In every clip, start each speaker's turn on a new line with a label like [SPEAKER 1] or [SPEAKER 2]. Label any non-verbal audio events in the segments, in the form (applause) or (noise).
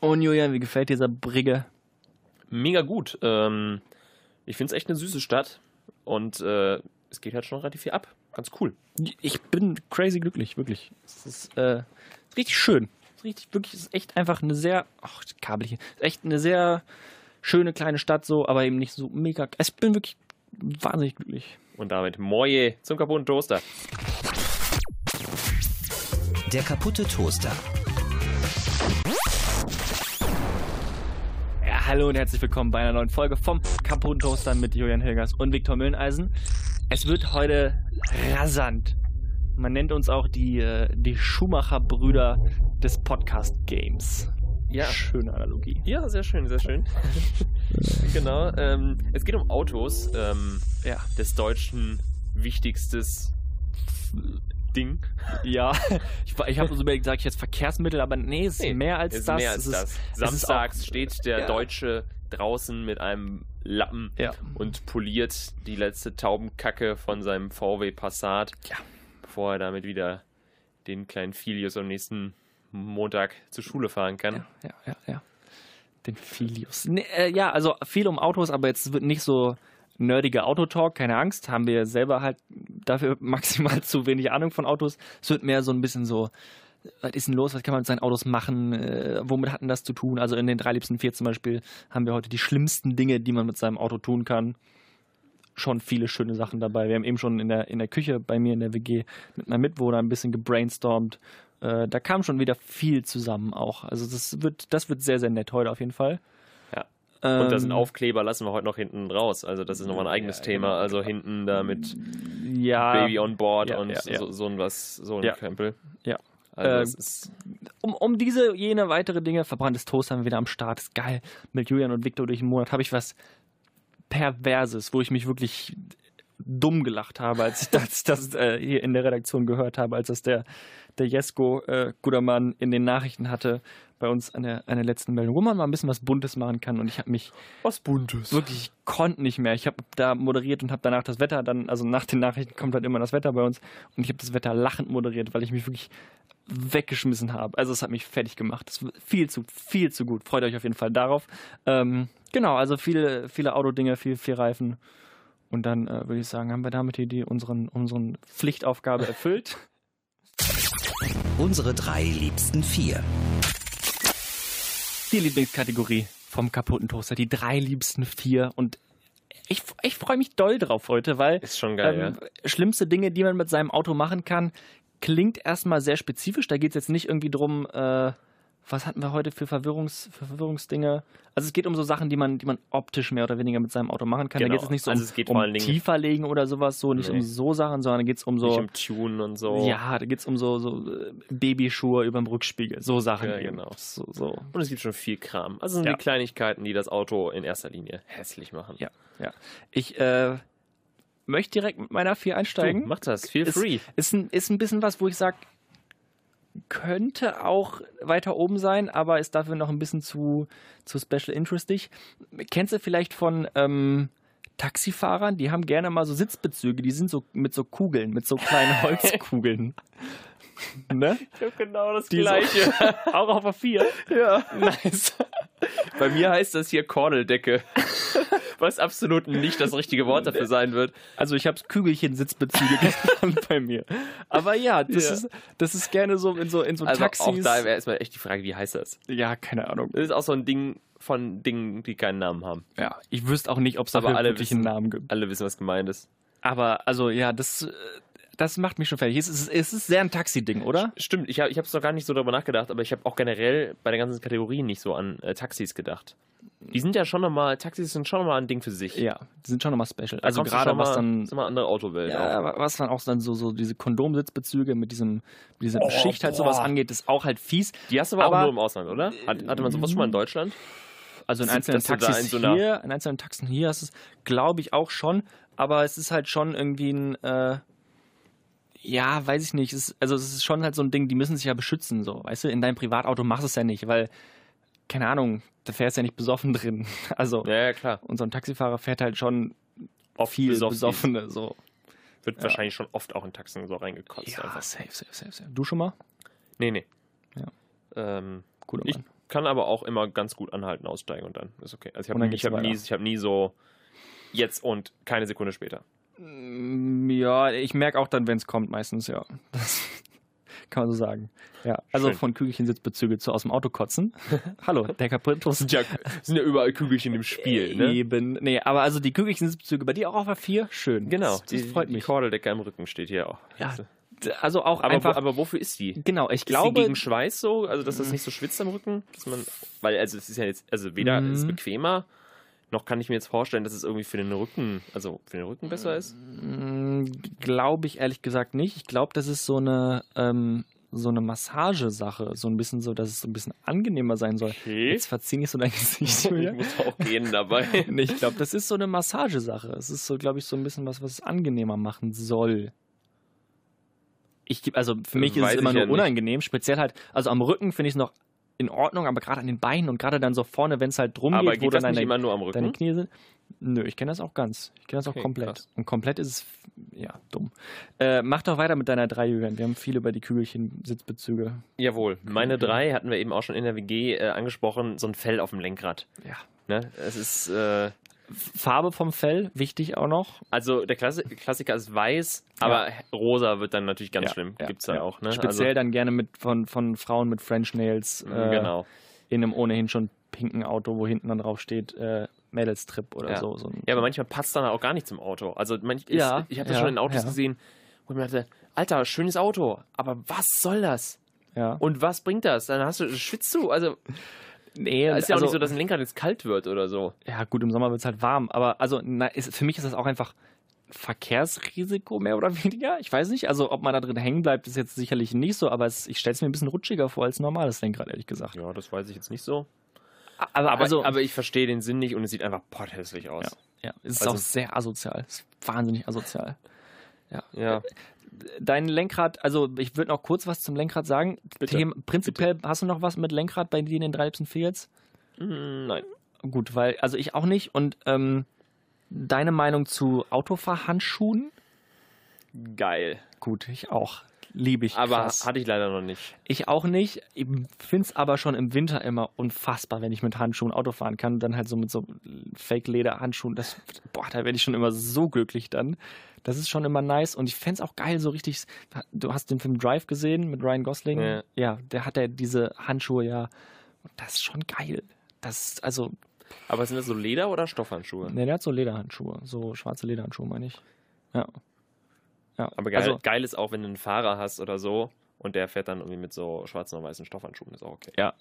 [SPEAKER 1] Und Oh, Julian, wie gefällt dir Saarbrücken?
[SPEAKER 2] Mega gut. Ähm, ich finde es echt eine süße Stadt und äh, es geht halt schon relativ viel ab. Ganz cool.
[SPEAKER 1] Ich bin crazy glücklich, wirklich. Es ist äh, ist richtig schön. Es ist richtig, wirklich, es ist echt einfach eine sehr, ach, das Kabel hier, Es ist echt eine sehr schöne kleine Stadt so, aber eben nicht so mega. Ich bin wirklich wahnsinnig glücklich.
[SPEAKER 2] Und damit Moje zum kaputten Toaster.
[SPEAKER 3] Der kaputte Toaster.
[SPEAKER 1] Ja, hallo und herzlich willkommen bei einer neuen Folge vom kaputten Toaster mit Julian Hilgers und Viktor Mülleneisen. Es wird heute rasant. Man nennt uns auch die, äh, die Schumacher-Brüder des Podcast-Games.
[SPEAKER 2] Ja.
[SPEAKER 1] Schöne Analogie.
[SPEAKER 2] Ja, sehr schön, sehr schön. (laughs) genau. Ähm, es geht um Autos. Ähm,
[SPEAKER 1] Ja.
[SPEAKER 2] des Deutschen wichtigstes Ding.
[SPEAKER 1] Ja, (laughs) ich, war- ich habe so überlegt, sage ich jetzt Verkehrsmittel, aber nee, es ist
[SPEAKER 2] Nee,
[SPEAKER 1] mehr als
[SPEAKER 2] ist
[SPEAKER 1] das.
[SPEAKER 2] Mehr als
[SPEAKER 1] es ist,
[SPEAKER 2] das.
[SPEAKER 1] es ist
[SPEAKER 2] Samstags
[SPEAKER 1] auch-
[SPEAKER 2] steht der
[SPEAKER 1] ja.
[SPEAKER 2] Deutsche draußen mit einem Lappen
[SPEAKER 1] Ja.
[SPEAKER 2] und poliert die letzte Taubenkacke von seinem VW Passat,
[SPEAKER 1] Ja.
[SPEAKER 2] bevor er damit wieder den kleinen Filius am nächsten Montag zur Schule fahren kann.
[SPEAKER 1] Ja, ja, ja, ja. Den Filius. Nee, äh, ja, also viel um Autos, aber jetzt wird nicht so nerdiger Autotalk, keine Angst. Haben wir selber halt dafür (laughs) maximal zu wenig Ahnung von Autos. Es wird mehr so ein bisschen so, was ist denn los, was kann man mit seinen Autos machen, äh, womit hatten das zu tun? Also in den drei liebsten vier zum Beispiel haben wir heute die schlimmsten Dinge, die man mit seinem Auto tun kann. Schon viele schöne Sachen dabei. Wir haben eben schon in der, in der Küche bei mir in der WG mit meinem Mitwohner ein bisschen gebrainstormt. Äh, da kam schon wieder viel zusammen auch. Also das wird, das wird sehr, sehr nett heute auf jeden Fall.
[SPEAKER 2] Ja.
[SPEAKER 1] Ähm,
[SPEAKER 2] Und da sind Aufkleber, lassen wir heute noch hinten raus. Also das ist nochmal ein eigenes
[SPEAKER 1] Ja,
[SPEAKER 2] Thema.
[SPEAKER 1] genau.
[SPEAKER 2] Also hinten da mit
[SPEAKER 1] ja,
[SPEAKER 2] Baby on Board
[SPEAKER 1] ja,
[SPEAKER 2] und
[SPEAKER 1] ja, ja.
[SPEAKER 2] So, so ein was, so ein
[SPEAKER 1] Ja.
[SPEAKER 2] Krempel.
[SPEAKER 1] Ja.
[SPEAKER 2] Also
[SPEAKER 1] Ähm,
[SPEAKER 2] es ist
[SPEAKER 1] um, um diese, jene weitere Dinge. Verbranntes Toast haben wir wieder am Start. Ist geil. Mit Julian und Victor durch den Monat habe ich was Perverses, wo ich mich wirklich dumm gelacht habe, als ich (laughs) das, das äh, hier in der Redaktion gehört habe, als das der, der Jesko, äh, guter Mann, in den Nachrichten hatte bei uns an der, an der letzten Meldung, wo man mal ein bisschen was Buntes machen kann. Und ich habe mich
[SPEAKER 2] was Buntes.
[SPEAKER 1] wirklich, ich konnte nicht mehr. Ich habe da moderiert und habe danach das Wetter, dann, also nach den Nachrichten kommt halt immer das Wetter bei uns und ich habe das Wetter lachend moderiert, weil ich mich wirklich weggeschmissen habe. Also es hat mich fertig gemacht. Das war viel zu, viel zu gut. Freut euch auf jeden Fall darauf. Ähm, genau, also viele, viele Autodinge, viel, viel Reifen. Und dann äh, würde ich sagen, haben wir damit die, die unseren, unseren Pflichtaufgabe erfüllt.
[SPEAKER 3] (laughs) Unsere drei liebsten vier.
[SPEAKER 1] Die Lieblingskategorie vom kaputten Toaster, die drei liebsten vier. Und ich, ich freue mich doll drauf heute, weil
[SPEAKER 2] Ist schon geil, ja.
[SPEAKER 1] ähm, Schlimmste Dinge, die man mit seinem Auto machen kann, klingt erstmal sehr spezifisch. Da geht es jetzt nicht irgendwie drum, äh, was hatten wir heute für, Verwirrungs, für Verwirrungsdinge. Also es geht um so Sachen, die man, die man optisch mehr oder weniger mit seinem Auto machen kann. Da
[SPEAKER 2] Genau.
[SPEAKER 1] geht es nicht so
[SPEAKER 2] Also
[SPEAKER 1] um,
[SPEAKER 2] es geht vor
[SPEAKER 1] um
[SPEAKER 2] allen Dingen-
[SPEAKER 1] tiefer legen oder sowas, so nicht
[SPEAKER 2] Nee.
[SPEAKER 1] um so Sachen, sondern geht es um
[SPEAKER 2] Nicht
[SPEAKER 1] so.
[SPEAKER 2] im Tune und so.
[SPEAKER 1] Ja, da geht es um so, so äh, Babyschuhe über dem Rückspiegel. So Sachen.
[SPEAKER 2] Ja,
[SPEAKER 1] eben.
[SPEAKER 2] genau.
[SPEAKER 1] So, so.
[SPEAKER 2] Und es gibt schon viel Kram. Also es sind
[SPEAKER 1] Ja.
[SPEAKER 2] die Kleinigkeiten, die das Auto in erster Linie hässlich machen.
[SPEAKER 1] Ja, ja. Ich äh, möchte direkt mit meiner 4
[SPEAKER 2] Du,
[SPEAKER 1] einsteigen.
[SPEAKER 2] mach das, feel
[SPEAKER 1] ist,
[SPEAKER 2] free.
[SPEAKER 1] Ist ein, ist ein bisschen was, wo ich sage, könnte auch weiter oben sein, aber ist dafür noch ein bisschen zu, zu special interestig. Kennst du vielleicht von ähm, Taxifahrern? Die haben gerne mal so Sitzbezüge, die sind so mit so Kugeln, mit so
[SPEAKER 2] (laughs)
[SPEAKER 1] kleinen Holzkugeln. ne?
[SPEAKER 2] Ich hab genau das
[SPEAKER 1] auch auf der (laughs) 4.
[SPEAKER 2] ja. Nice. (laughs) Bei mir heißt das hier (laughs) Kordeldecke. Was absolut nicht das richtige Wort dafür sein wird.
[SPEAKER 1] Also ich habe Kügelchen Sitzbezüge (laughs) genannt bei mir. Aber ja, das,
[SPEAKER 2] Ja.
[SPEAKER 1] Ist, das ist gerne so in so, in so
[SPEAKER 2] Also
[SPEAKER 1] Taxis.
[SPEAKER 2] auch da wäre erstmal echt die Frage, wie heißt das?
[SPEAKER 1] ja, keine Ahnung.
[SPEAKER 2] Das ist auch so ein Ding von Dingen, die keinen Namen haben.
[SPEAKER 1] Ja, ich wüsste auch nicht, ob es
[SPEAKER 2] Aber
[SPEAKER 1] dafür
[SPEAKER 2] alle
[SPEAKER 1] wirklich einen
[SPEAKER 2] wissen-
[SPEAKER 1] Namen gibt.
[SPEAKER 2] Alle wissen, was gemeint ist.
[SPEAKER 1] Aber also ja, das, äh, das macht mich schon fertig. Es ist, es ist sehr ein Taxi-Ding, oder?
[SPEAKER 2] Stimmt, ich habe ich hab's noch gar nicht so darüber nachgedacht, aber ich habe auch generell bei der ganzen Kategorie nicht so an äh, Taxis gedacht. Die sind ja schon nochmal, Taxis sind schon nochmal ein Ding für sich.
[SPEAKER 1] Ja, die sind schon nochmal special.
[SPEAKER 2] Da
[SPEAKER 1] Also
[SPEAKER 2] kommst du
[SPEAKER 1] gerade
[SPEAKER 2] schon mal,
[SPEAKER 1] was dann,
[SPEAKER 2] ist immer eine andere Autowelt. auch.
[SPEAKER 1] ja, wa- was dann auch dann so, so diese Kondomsitzbezüge mit diesem, mit dieser Schicht halt sowas
[SPEAKER 2] boah.
[SPEAKER 1] angeht, ist auch halt fies.
[SPEAKER 2] Die hast du aber,
[SPEAKER 1] Aber- Hm.
[SPEAKER 2] auch nur im Ausland, oder? Hat, hatte man sowas schon mal in Deutschland?
[SPEAKER 1] Also in
[SPEAKER 2] Dass-
[SPEAKER 1] einzelnen
[SPEAKER 2] dass du da
[SPEAKER 1] Taxis
[SPEAKER 2] in so einer-
[SPEAKER 1] hier, in einzelnen Taxen hier ist es, glaube ich, auch schon. Aber es ist halt schon irgendwie ein, äh, ja, weiß ich nicht. Es ist, also es ist schon halt so ein Ding, die müssen sich ja beschützen, so. Weißt du, in deinem Privatauto machst du es ja nicht, weil, keine Ahnung, da fährst du ja nicht besoffen (laughs) drin. Also,
[SPEAKER 2] Ja, ja klar.
[SPEAKER 1] und so ein Taxifahrer fährt halt schon
[SPEAKER 2] Oft
[SPEAKER 1] viel
[SPEAKER 2] besoffen.
[SPEAKER 1] Besoffene, so.
[SPEAKER 2] Wird wahrscheinlich schon oft auch in Taxen so reingekotzt. Einfach.
[SPEAKER 1] safe, safe, safe, safe. Du schon mal?
[SPEAKER 2] Nee, nee.
[SPEAKER 1] Ja.
[SPEAKER 2] Ähm,
[SPEAKER 1] Guter
[SPEAKER 2] ich
[SPEAKER 1] Mann.
[SPEAKER 2] kann aber auch immer ganz gut anhalten, aussteigen und dann ist okay. Also ich
[SPEAKER 1] Und dann
[SPEAKER 2] habe nie, ich
[SPEAKER 1] geht's
[SPEAKER 2] hab nie,
[SPEAKER 1] weiter.
[SPEAKER 2] ich hab nie so jetzt und keine Sekunde später.
[SPEAKER 1] (laughs) Mm, Ja, ich merke auch dann, wenn es kommt, meistens, ja. (laughs) Das kann man so sagen. Ja, also
[SPEAKER 2] Schön.
[SPEAKER 1] von Kügelchensitzbezüge zu aus dem Auto
[SPEAKER 2] (laughs)
[SPEAKER 1] kotzen. Hallo, der kaputte Toast.
[SPEAKER 2] Sind ja, sind ja überall Kügelchen im Spiel, ne?
[SPEAKER 1] Eben. Nee, aber also die Kügelchensitzbezüge bei dir auch auf der 4, schön.
[SPEAKER 2] Genau,
[SPEAKER 1] Das, das
[SPEAKER 2] die,
[SPEAKER 1] freut
[SPEAKER 2] die
[SPEAKER 1] mich.
[SPEAKER 2] Kordeldecke am Rücken steht hier auch.
[SPEAKER 1] Ja, also auch
[SPEAKER 2] aber,
[SPEAKER 1] einfach.
[SPEAKER 2] wo, aber wofür ist die?
[SPEAKER 1] genau, ich
[SPEAKER 2] ist die
[SPEAKER 1] glaube. Mhm.
[SPEAKER 2] gegen Schweiß so, also dass das nicht so schwitzt am Rücken, dass man, weil also es ist ja jetzt, also weder
[SPEAKER 1] Mhm.
[SPEAKER 2] ist es bequemer, noch kann ich mir jetzt vorstellen, dass es irgendwie für den Rücken, also für den Rücken besser ist.
[SPEAKER 1] Glaube Mm, ich ehrlich gesagt nicht. Ich glaube, das ist so eine, ähm, so eine Massagesache. So ein bisschen so, dass es so ein bisschen angenehmer sein soll.
[SPEAKER 2] Okay.
[SPEAKER 1] (laughs) Jetzt verzieh nicht so dein Gesicht.
[SPEAKER 2] Ich
[SPEAKER 1] Julia.
[SPEAKER 2] muss auch
[SPEAKER 1] (laughs)
[SPEAKER 2] gehen dabei.
[SPEAKER 1] Nee, ich glaube, das ist so eine Massagesache. Es ist so, glaube ich, so ein bisschen was, was es angenehmer machen soll. Ich geb, also für mich ist
[SPEAKER 2] Weiß
[SPEAKER 1] es
[SPEAKER 2] ich
[SPEAKER 1] immer nur
[SPEAKER 2] ja nicht.
[SPEAKER 1] unangenehm, speziell halt, also am Rücken finde ich es noch in Ordnung, aber gerade an den Beinen und gerade dann so vorne, wenn es halt drum
[SPEAKER 2] Aber
[SPEAKER 1] geht, wo
[SPEAKER 2] geht
[SPEAKER 1] dann
[SPEAKER 2] das nicht
[SPEAKER 1] deine,
[SPEAKER 2] immer nur am
[SPEAKER 1] deine
[SPEAKER 2] Rücken?
[SPEAKER 1] Knie sind. Nö, ich kenne das auch ganz. Ich kenne das
[SPEAKER 2] Okay,
[SPEAKER 1] auch komplett.
[SPEAKER 2] krass.
[SPEAKER 1] Und komplett ist es, f- ja, dumm. Äh, mach doch weiter mit deiner drei Julian. Wir haben viel über die Kügelchen-Sitzbezüge.
[SPEAKER 2] Jawohl.
[SPEAKER 1] Mhm.
[SPEAKER 2] Meine drei hatten wir eben auch schon in der WG äh, angesprochen, so ein Fell auf dem Lenkrad.
[SPEAKER 1] Ja.
[SPEAKER 2] Ne? Es ist, äh,
[SPEAKER 1] Farbe vom Fell, wichtig auch noch.
[SPEAKER 2] also der Klassi Klassiker ist weiß, aber rosa wird dann natürlich ganz
[SPEAKER 1] Ja,
[SPEAKER 2] schlimm.
[SPEAKER 1] ja,
[SPEAKER 2] Gibt's da
[SPEAKER 1] ja.
[SPEAKER 2] auch, ne?
[SPEAKER 1] Speziell dann gerne mit von, von Frauen mit French Nails.
[SPEAKER 2] Also,
[SPEAKER 1] äh,
[SPEAKER 2] genau.
[SPEAKER 1] in einem ohnehin schon pinken Auto, wo hinten dann drauf steht, äh, Mädelstrip oder
[SPEAKER 2] Ja.
[SPEAKER 1] so. so ein,
[SPEAKER 2] Ja, aber manchmal passt dann auch gar nicht zum Auto. Also manch,
[SPEAKER 1] Ja,
[SPEAKER 2] ich, ich habe das
[SPEAKER 1] ja,
[SPEAKER 2] schon in Autos
[SPEAKER 1] ja.
[SPEAKER 2] gesehen, wo ich mir dachte, Alter, schönes Auto, aber was soll das?
[SPEAKER 1] ja.
[SPEAKER 2] Und was bringt das? Dann hast du, schwitzt du. Also
[SPEAKER 1] nee,
[SPEAKER 2] ist ja auch
[SPEAKER 1] also-
[SPEAKER 2] nicht so, dass ein Lenkrad jetzt kalt wird oder so.
[SPEAKER 1] ja, gut, im Sommer wird es halt warm, aber also na, ist, für mich ist das auch einfach Verkehrsrisiko mehr oder (laughs) weniger. Ich weiß nicht, also ob man da drin hängen bleibt, ist jetzt sicherlich nicht so, aber es, ich stelle es mir ein bisschen rutschiger vor als ein normales Lenkrad, ehrlich gesagt.
[SPEAKER 2] Ja, das weiß ich jetzt nicht so.
[SPEAKER 1] Aber,
[SPEAKER 2] Aber,
[SPEAKER 1] also,
[SPEAKER 2] aber ich verstehe den Sinn nicht und es sieht einfach potthässlich aus.
[SPEAKER 1] ja, es ist
[SPEAKER 2] also-
[SPEAKER 1] auch sehr asozial, es ist wahnsinnig asozial.
[SPEAKER 2] Ja.
[SPEAKER 1] Dein Lenkrad, also ich würde noch kurz was zum Lenkrad sagen.
[SPEAKER 2] Bitte,
[SPEAKER 1] Thema- prinzipiell hast du noch was mit Lenkrad bei dir in den drei Liebsten vier jetzt?
[SPEAKER 2] Mm, Nein.
[SPEAKER 1] Gut, weil, also ich auch nicht. Und ähm, deine Meinung zu Autofahrhandschuhen?
[SPEAKER 2] Geil.
[SPEAKER 1] Gut, ich auch. Liebe ich.
[SPEAKER 2] Aber
[SPEAKER 1] krass.
[SPEAKER 2] hatte ich leider noch nicht.
[SPEAKER 1] ich auch nicht. Ich finde es aber schon im Winter immer unfassbar, wenn ich mit Handschuhen Auto fahren kann. Und dann halt so mit so Fake-Leder-Handschuhen. Das, boah, da werde ich schon immer so glücklich dann. Das ist schon immer nice. Und ich fände es auch geil, so richtig. Du hast den Film Drive gesehen mit Ryan Gosling.
[SPEAKER 2] Ja.
[SPEAKER 1] ja der hat ja diese Handschuhe ja. Und das ist schon geil. Das ist, also,
[SPEAKER 2] Aber sind das so Leder- oder Stoffhandschuhe?
[SPEAKER 1] Ne, der hat so Lederhandschuhe, so schwarze Lederhandschuhe, meine ich. Ja. ja.
[SPEAKER 2] Aber geil,
[SPEAKER 1] Also,
[SPEAKER 2] geil ist auch, wenn du einen Fahrer hast oder so und der fährt dann irgendwie mit so schwarzen und weißen Stoffhandschuhen. Ist auch okay.
[SPEAKER 1] ja,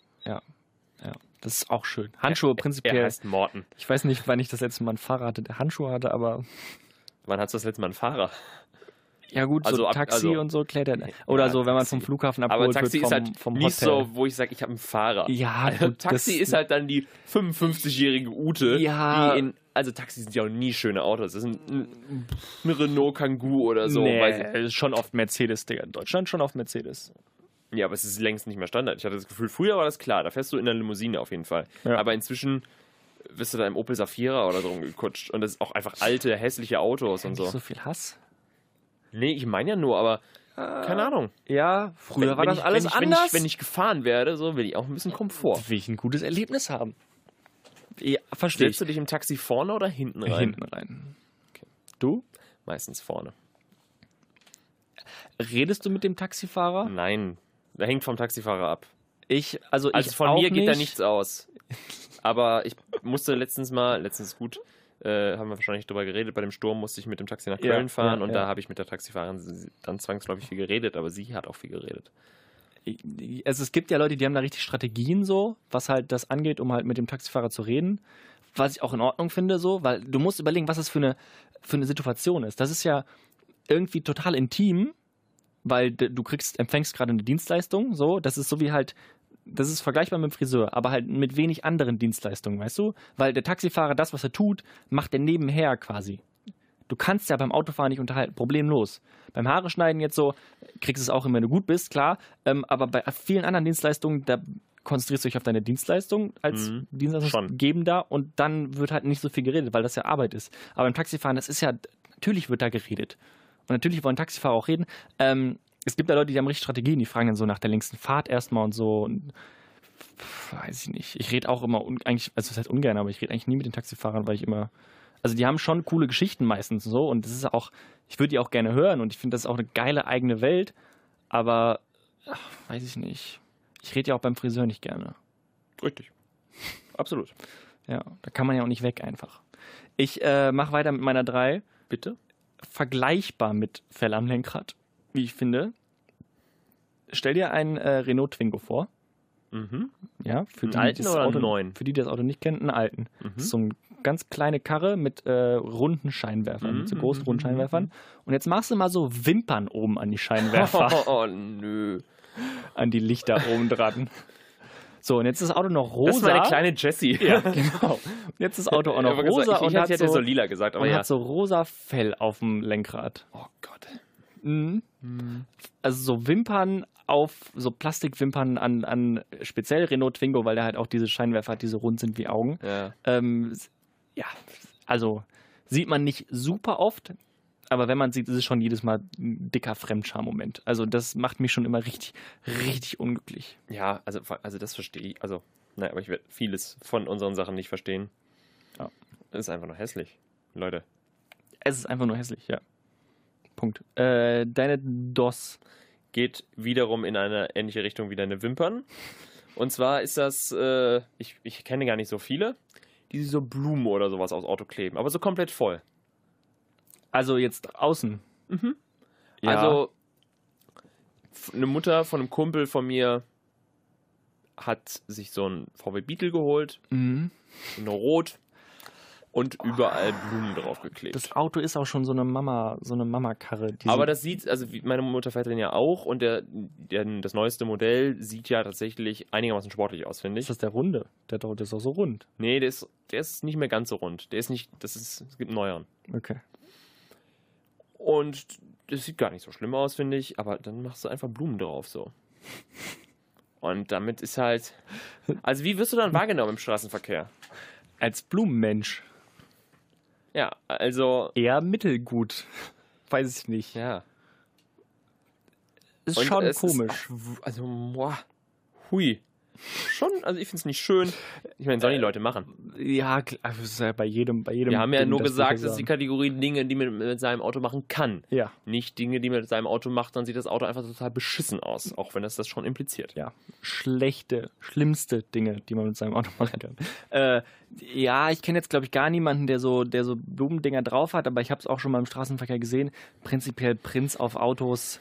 [SPEAKER 1] das ist auch schön. Handschuhe prinzipiell.
[SPEAKER 2] Er heißt Morten.
[SPEAKER 1] ich weiß nicht, wann ich das letzte Mal einen Fahrer hatte, der Handschuhe hatte, aber
[SPEAKER 2] Wann hast du das letzte Mal einen Fahrer?
[SPEAKER 1] ja gut,
[SPEAKER 2] Also
[SPEAKER 1] so
[SPEAKER 2] ab-
[SPEAKER 1] Taxi
[SPEAKER 2] also-
[SPEAKER 1] und so klettert. Oder
[SPEAKER 2] Ja,
[SPEAKER 1] so, wenn man
[SPEAKER 2] Taxi.
[SPEAKER 1] vom Flughafen abgeholt
[SPEAKER 2] Aber Taxi
[SPEAKER 1] wird
[SPEAKER 2] ist
[SPEAKER 1] vom,
[SPEAKER 2] halt
[SPEAKER 1] vom Hotel.
[SPEAKER 2] nicht so, wo ich sage, ich habe einen Fahrer.
[SPEAKER 1] ja,
[SPEAKER 2] Also,
[SPEAKER 1] gut,
[SPEAKER 2] Taxi
[SPEAKER 1] das,
[SPEAKER 2] ist halt dann die 55-jährige Ute,
[SPEAKER 1] Ja.
[SPEAKER 2] die in. Also Taxis sind ja auch nie schöne Autos. Das sind ein, ein Renault Kangoo oder so.
[SPEAKER 1] nee,
[SPEAKER 2] weiß ich.
[SPEAKER 1] ist also schon oft Mercedes, Digga. In Deutschland schon oft Mercedes.
[SPEAKER 2] Ja, aber es ist längst nicht mehr Standard. Ich hatte das Gefühl, früher war das klar, da fährst du in der Limousine auf jeden Fall.
[SPEAKER 1] Ja.
[SPEAKER 2] Aber inzwischen wirst du da im Opel Safira oder so rumgekutscht. Und das ist auch einfach alte, hässliche Autos und
[SPEAKER 1] Nicht so
[SPEAKER 2] so.
[SPEAKER 1] viel Hass.
[SPEAKER 2] Nee, ich meine ja nur, aber keine Ahnung.
[SPEAKER 1] Ja, Ah. früher
[SPEAKER 2] Wenn-
[SPEAKER 1] war
[SPEAKER 2] wenn
[SPEAKER 1] das
[SPEAKER 2] ich,
[SPEAKER 1] alles
[SPEAKER 2] wenn ich,
[SPEAKER 1] anders.
[SPEAKER 2] Wenn ich, wenn ich gefahren werde, so will ich auch ein bisschen Komfort.
[SPEAKER 1] will ich ein gutes Erlebnis haben. Ja, verstehe
[SPEAKER 2] Stellst
[SPEAKER 1] ich.
[SPEAKER 2] du dich im Taxi vorne oder hinten rein?
[SPEAKER 1] Hinten rein. Du?
[SPEAKER 2] Meistens vorne.
[SPEAKER 1] Redest du mit dem Taxifahrer?
[SPEAKER 2] Nein, da hängt vom Taxifahrer ab.
[SPEAKER 1] Ich, also
[SPEAKER 2] Also
[SPEAKER 1] ich
[SPEAKER 2] von
[SPEAKER 1] auch
[SPEAKER 2] mir geht da
[SPEAKER 1] nicht.
[SPEAKER 2] nichts aus. Aber ich musste letztens mal, letztens gut, äh, haben wir wahrscheinlich drüber geredet, bei dem Sturm musste ich mit dem Taxi nach
[SPEAKER 1] Ja,
[SPEAKER 2] Köln fahren
[SPEAKER 1] ja,
[SPEAKER 2] und
[SPEAKER 1] ja.
[SPEAKER 2] da habe ich mit der Taxifahrerin dann zwangsläufig viel geredet, aber sie hat auch viel geredet.
[SPEAKER 1] Also es gibt ja Leute, die haben da richtig Strategien so, was halt das angeht, um halt mit dem Taxifahrer zu reden. Was ich auch in Ordnung finde so, weil du musst überlegen, was das für eine, für eine Situation ist. Das ist ja irgendwie total intim, weil d- du kriegst, empfängst gerade eine Dienstleistung so. Das ist so wie halt, das ist vergleichbar mit dem Friseur, aber halt mit wenig anderen Dienstleistungen, weißt du? Weil der Taxifahrer das, was er tut, macht er nebenher quasi. Du kannst ja beim Autofahren nicht unterhalten, problemlos. Beim Haare schneiden jetzt so, kriegst es auch hin, wenn du gut bist, klar. Ähm, aber bei vielen anderen Dienstleistungen, da konzentrierst du dich auf deine Dienstleistung als
[SPEAKER 2] Mhm.
[SPEAKER 1] Dienstleistungsgebender und dann wird halt nicht so viel geredet, weil das ja Arbeit ist. Aber beim Taxifahren, das ist ja, natürlich wird da geredet. Und natürlich wollen Taxifahrer auch reden. Ähm, es gibt da Leute, die haben richtig Strategien, die fragen dann so nach der längsten Fahrt erstmal und so. Und Pff, weiß ich nicht. Ich rede auch immer, un, eigentlich, also das heißt ungern, aber ich rede eigentlich nie mit den Taxifahrern, weil ich immer, also die haben schon coole Geschichten meistens so und das ist auch, ich würde die auch gerne hören und ich finde, das ist auch eine geile eigene Welt, aber ach, weiß ich nicht. Ich rede ja auch beim Friseur nicht gerne.
[SPEAKER 2] Richtig. Absolut.
[SPEAKER 1] Ja, da kann man ja auch nicht weg einfach. Ich äh, mache weiter mit meiner 3.
[SPEAKER 2] Bitte?
[SPEAKER 1] vergleichbar mit Fell am Lenkrad, wie ich finde. Stell dir einen äh, Renault Twingo vor. (laughs)
[SPEAKER 2] Mhm.
[SPEAKER 1] Ja, für
[SPEAKER 2] Einen
[SPEAKER 1] die,
[SPEAKER 2] alten
[SPEAKER 1] die das
[SPEAKER 2] oder einen
[SPEAKER 1] Auto,
[SPEAKER 2] neuen?
[SPEAKER 1] Für die, die das Auto nicht kennen, einen alten.
[SPEAKER 2] Mhm.
[SPEAKER 1] Das ist so eine ganz kleine Karre mit äh, runden Scheinwerfern, mit so
[SPEAKER 2] Mhm,
[SPEAKER 1] großen
[SPEAKER 2] mhm,
[SPEAKER 1] runden
[SPEAKER 2] mhm,
[SPEAKER 1] Scheinwerfern. Und jetzt machst du mal so Wimpern oben an die Scheinwerfer,
[SPEAKER 2] (laughs) Oh, oh, nö.
[SPEAKER 1] an die Lichter oben dran. So, und jetzt ist das Auto noch rosa.
[SPEAKER 2] Das ist meine kleine Jessie.
[SPEAKER 1] ja, genau. Jetzt ist das Auto auch noch
[SPEAKER 2] Ich-
[SPEAKER 1] rosa
[SPEAKER 2] ich, ich
[SPEAKER 1] und, hat
[SPEAKER 2] hätte
[SPEAKER 1] so,
[SPEAKER 2] so lila gesagt, aber
[SPEAKER 1] und
[SPEAKER 2] ja.
[SPEAKER 1] hat so rosa Fell auf dem Lenkrad.
[SPEAKER 2] oh Gott.
[SPEAKER 1] Mhm. also so Wimpern auf, so Plastikwimpern an, an speziell Renault Twingo, weil der halt auch diese Scheinwerfer hat, die so rund sind wie Augen.
[SPEAKER 2] Ja.
[SPEAKER 1] Ähm, s- ja, also sieht man nicht super oft, aber wenn man sieht, ist es schon jedes Mal ein dicker Fremdscham-Moment. Also das macht mich schon immer richtig, richtig unglücklich.
[SPEAKER 2] ja, also, also das verstehe ich. Also, naja, aber ich werde vieles von unseren Sachen nicht verstehen.
[SPEAKER 1] Ja.
[SPEAKER 2] Ist einfach nur hässlich. Leute.
[SPEAKER 1] Es ist einfach nur hässlich, ja. Punkt. Äh, deine DOS.
[SPEAKER 2] geht wiederum in eine ähnliche Richtung wie deine Wimpern. Und zwar ist das, äh, ich, ich kenne gar nicht so viele, die so Blumen oder sowas aufs Auto kleben, aber so komplett voll.
[SPEAKER 1] Also jetzt außen. Mhm.
[SPEAKER 2] Also f- eine Mutter von einem Kumpel von mir hat sich so einen VW Beetle geholt,
[SPEAKER 1] Mhm.
[SPEAKER 2] in Rot und überall Blumen draufgeklebt.
[SPEAKER 1] Das Auto ist auch schon so eine Mama, so eine Mamakarre. die
[SPEAKER 2] Aber
[SPEAKER 1] so-
[SPEAKER 2] das sieht, also wie- meine Mutter fährt den ja auch und der, der, das neueste Modell sieht ja tatsächlich einigermaßen sportlich aus, finde ich.
[SPEAKER 1] ist das der runde. Der Auto ist auch so rund.
[SPEAKER 2] Nee, der ist, der ist nicht mehr ganz so rund. Der ist nicht, das ist, es gibt einen neueren.
[SPEAKER 1] Okay.
[SPEAKER 2] Und das sieht gar nicht so schlimm aus, finde ich, aber dann machst du einfach Blumen drauf so.
[SPEAKER 1] (laughs)
[SPEAKER 2] Und damit ist halt. Also, wie wirst du dann wahrgenommen im Straßenverkehr?
[SPEAKER 1] Als Blumenmensch
[SPEAKER 2] Ja, also.
[SPEAKER 1] eher mittelgut. (laughs) Weiß ich nicht.
[SPEAKER 2] Ja.
[SPEAKER 1] Ist
[SPEAKER 2] Und
[SPEAKER 1] schon
[SPEAKER 2] es
[SPEAKER 1] komisch.
[SPEAKER 2] Ist, auch- also, boah. Hui. Schon, also ich finde es nicht schön. Ich meine, sollen die Leute machen.
[SPEAKER 1] ja, klar, also es ist Äh, ja bei jedem, bei jedem.
[SPEAKER 2] Wir haben ja
[SPEAKER 1] Ding,
[SPEAKER 2] nur
[SPEAKER 1] das
[SPEAKER 2] gesagt,
[SPEAKER 1] wir
[SPEAKER 2] es ist die
[SPEAKER 1] sagen.
[SPEAKER 2] Kategorie Dinge, die man mit seinem Auto machen kann.
[SPEAKER 1] Ja,
[SPEAKER 2] nicht Dinge, die man mit seinem Auto macht, dann sieht das Auto einfach total beschissen aus, auch wenn das das schon impliziert.
[SPEAKER 1] ja. Schlechte, schlimmste Dinge, die man mit seinem Auto (laughs) machen kann. Äh, ja, ich kenne jetzt, glaube ich, gar niemanden, der so, der so Blumendinger drauf hat, aber ich habe es auch schon mal im Straßenverkehr gesehen. Prinzipiell Prinz auf Autos.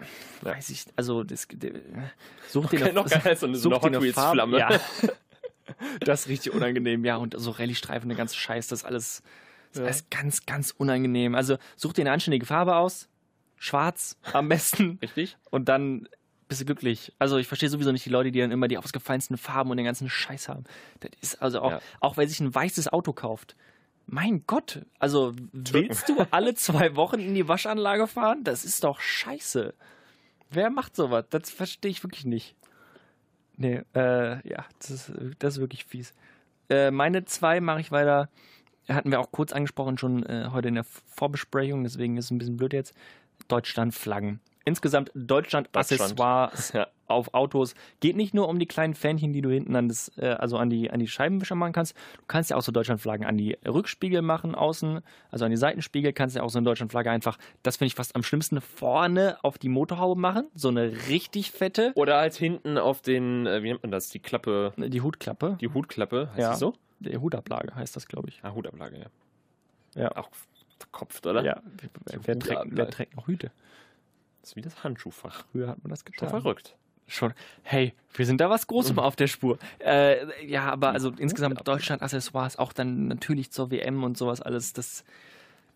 [SPEAKER 2] Ja.
[SPEAKER 1] Weiß ich, also das, der, such dir
[SPEAKER 2] Okay, noch geil, so eine- so eine Hot
[SPEAKER 1] dir
[SPEAKER 2] Wheels
[SPEAKER 1] Farbe-
[SPEAKER 2] Flamme.
[SPEAKER 1] Ja. Das ist richtig unangenehm, ja. Und so Rallye-Streifen, der ganze Scheiß, das ist alles, das ist alles ganz, ganz unangenehm. Also such dir eine anständige Farbe aus, schwarz am besten,
[SPEAKER 2] (laughs) Richtig?
[SPEAKER 1] und dann bist du glücklich. Also ich verstehe sowieso nicht die Leute, die dann immer die ausgefallensten Farben und den ganzen Scheiß haben. Das ist also auch,
[SPEAKER 2] Ja.
[SPEAKER 1] auch wer sich ein weißes Auto kauft. Mein Gott, also willst du alle zwei Wochen in die Waschanlage fahren? Das ist doch scheiße. Wer macht sowas? Das verstehe ich wirklich nicht. Nee, äh, ja, das ist, das ist wirklich fies. Äh, meine zwei mache ich weiter. Hatten wir auch kurz angesprochen, schon äh, heute in der Vorbesprechung, deswegen ist es ein bisschen blöd jetzt. Deutschland-Flaggen. Insgesamt Deutschland-Accessoires
[SPEAKER 2] Ja.
[SPEAKER 1] auf Autos. Geht nicht nur um die kleinen Fähnchen, die du hinten an, das, äh, also an, die, an die Scheibenwischer machen kannst. Du kannst ja auch so Deutschlandflaggen an die Rückspiegel machen, außen, also an die Seitenspiegel. Kannst ja auch so eine Deutschlandflagge einfach, das finde ich fast am schlimmsten, vorne auf die Motorhaube machen. So eine richtig fette.
[SPEAKER 2] Oder halt hinten auf den, äh, wie nennt man das, die Klappe,
[SPEAKER 1] Die Hutklappe.
[SPEAKER 2] die Hutklappe, heißt
[SPEAKER 1] Ja.
[SPEAKER 2] die so?
[SPEAKER 1] Die Hutablage heißt das, glaube ich.
[SPEAKER 2] Ah, Hutablage, ja.
[SPEAKER 1] Ja.
[SPEAKER 2] Auch verkopft, oder?
[SPEAKER 1] Wer,
[SPEAKER 2] So
[SPEAKER 1] wer, trägt,
[SPEAKER 2] Hutablage.
[SPEAKER 1] wer trägt noch Hüte?
[SPEAKER 2] Das ist wie das Handschuhfach.
[SPEAKER 1] Früher hat man das
[SPEAKER 2] Schon
[SPEAKER 1] getan.
[SPEAKER 2] verrückt.
[SPEAKER 1] Schon. Hey, wir sind da was Großem auf der Spur. Äh, Mhm. ja, aber also insgesamt Deutschland-Accessoires, auch dann natürlich zur WM und sowas alles, das,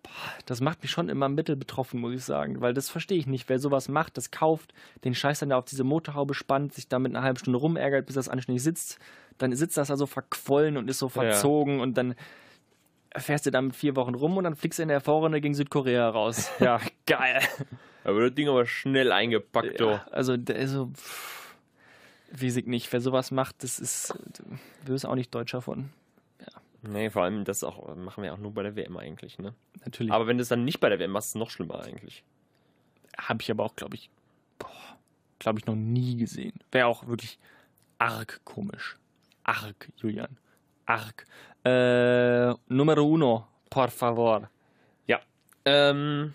[SPEAKER 1] boah, das macht mich schon immer mittelbetroffen, muss ich sagen, weil das verstehe ich nicht. Wer sowas macht, das kauft, den Scheiß dann da auf diese Motorhaube spannt, sich damit eine halbe Stunde rumärgert, bis das anständig sitzt, dann sitzt das da so verquollen und ist so verzogen und dann fährst du damit vier Wochen rum und dann fliegst du in der Vorrunde gegen Südkorea raus. Ja, (laughs) geil.
[SPEAKER 2] Da wird das Ding aber schnell eingepackt, oh. du.
[SPEAKER 1] Ja, also, der ist so. pff, Weiß ich nicht. Wer sowas macht, das ist. Du wirst auch nicht Deutscher von.
[SPEAKER 2] Nee, vor allem, das auch, machen wir auch nur bei der WM eigentlich, ne?
[SPEAKER 1] Natürlich.
[SPEAKER 2] Aber wenn du es dann nicht bei der WM machst, ist es noch schlimmer eigentlich.
[SPEAKER 1] habe ich aber auch, glaube ich. Boah. Glaube ich, noch nie gesehen. Wäre auch wirklich arg komisch. Arg, Julian. Arg. Äh, numero uno, por favor.
[SPEAKER 2] Ähm,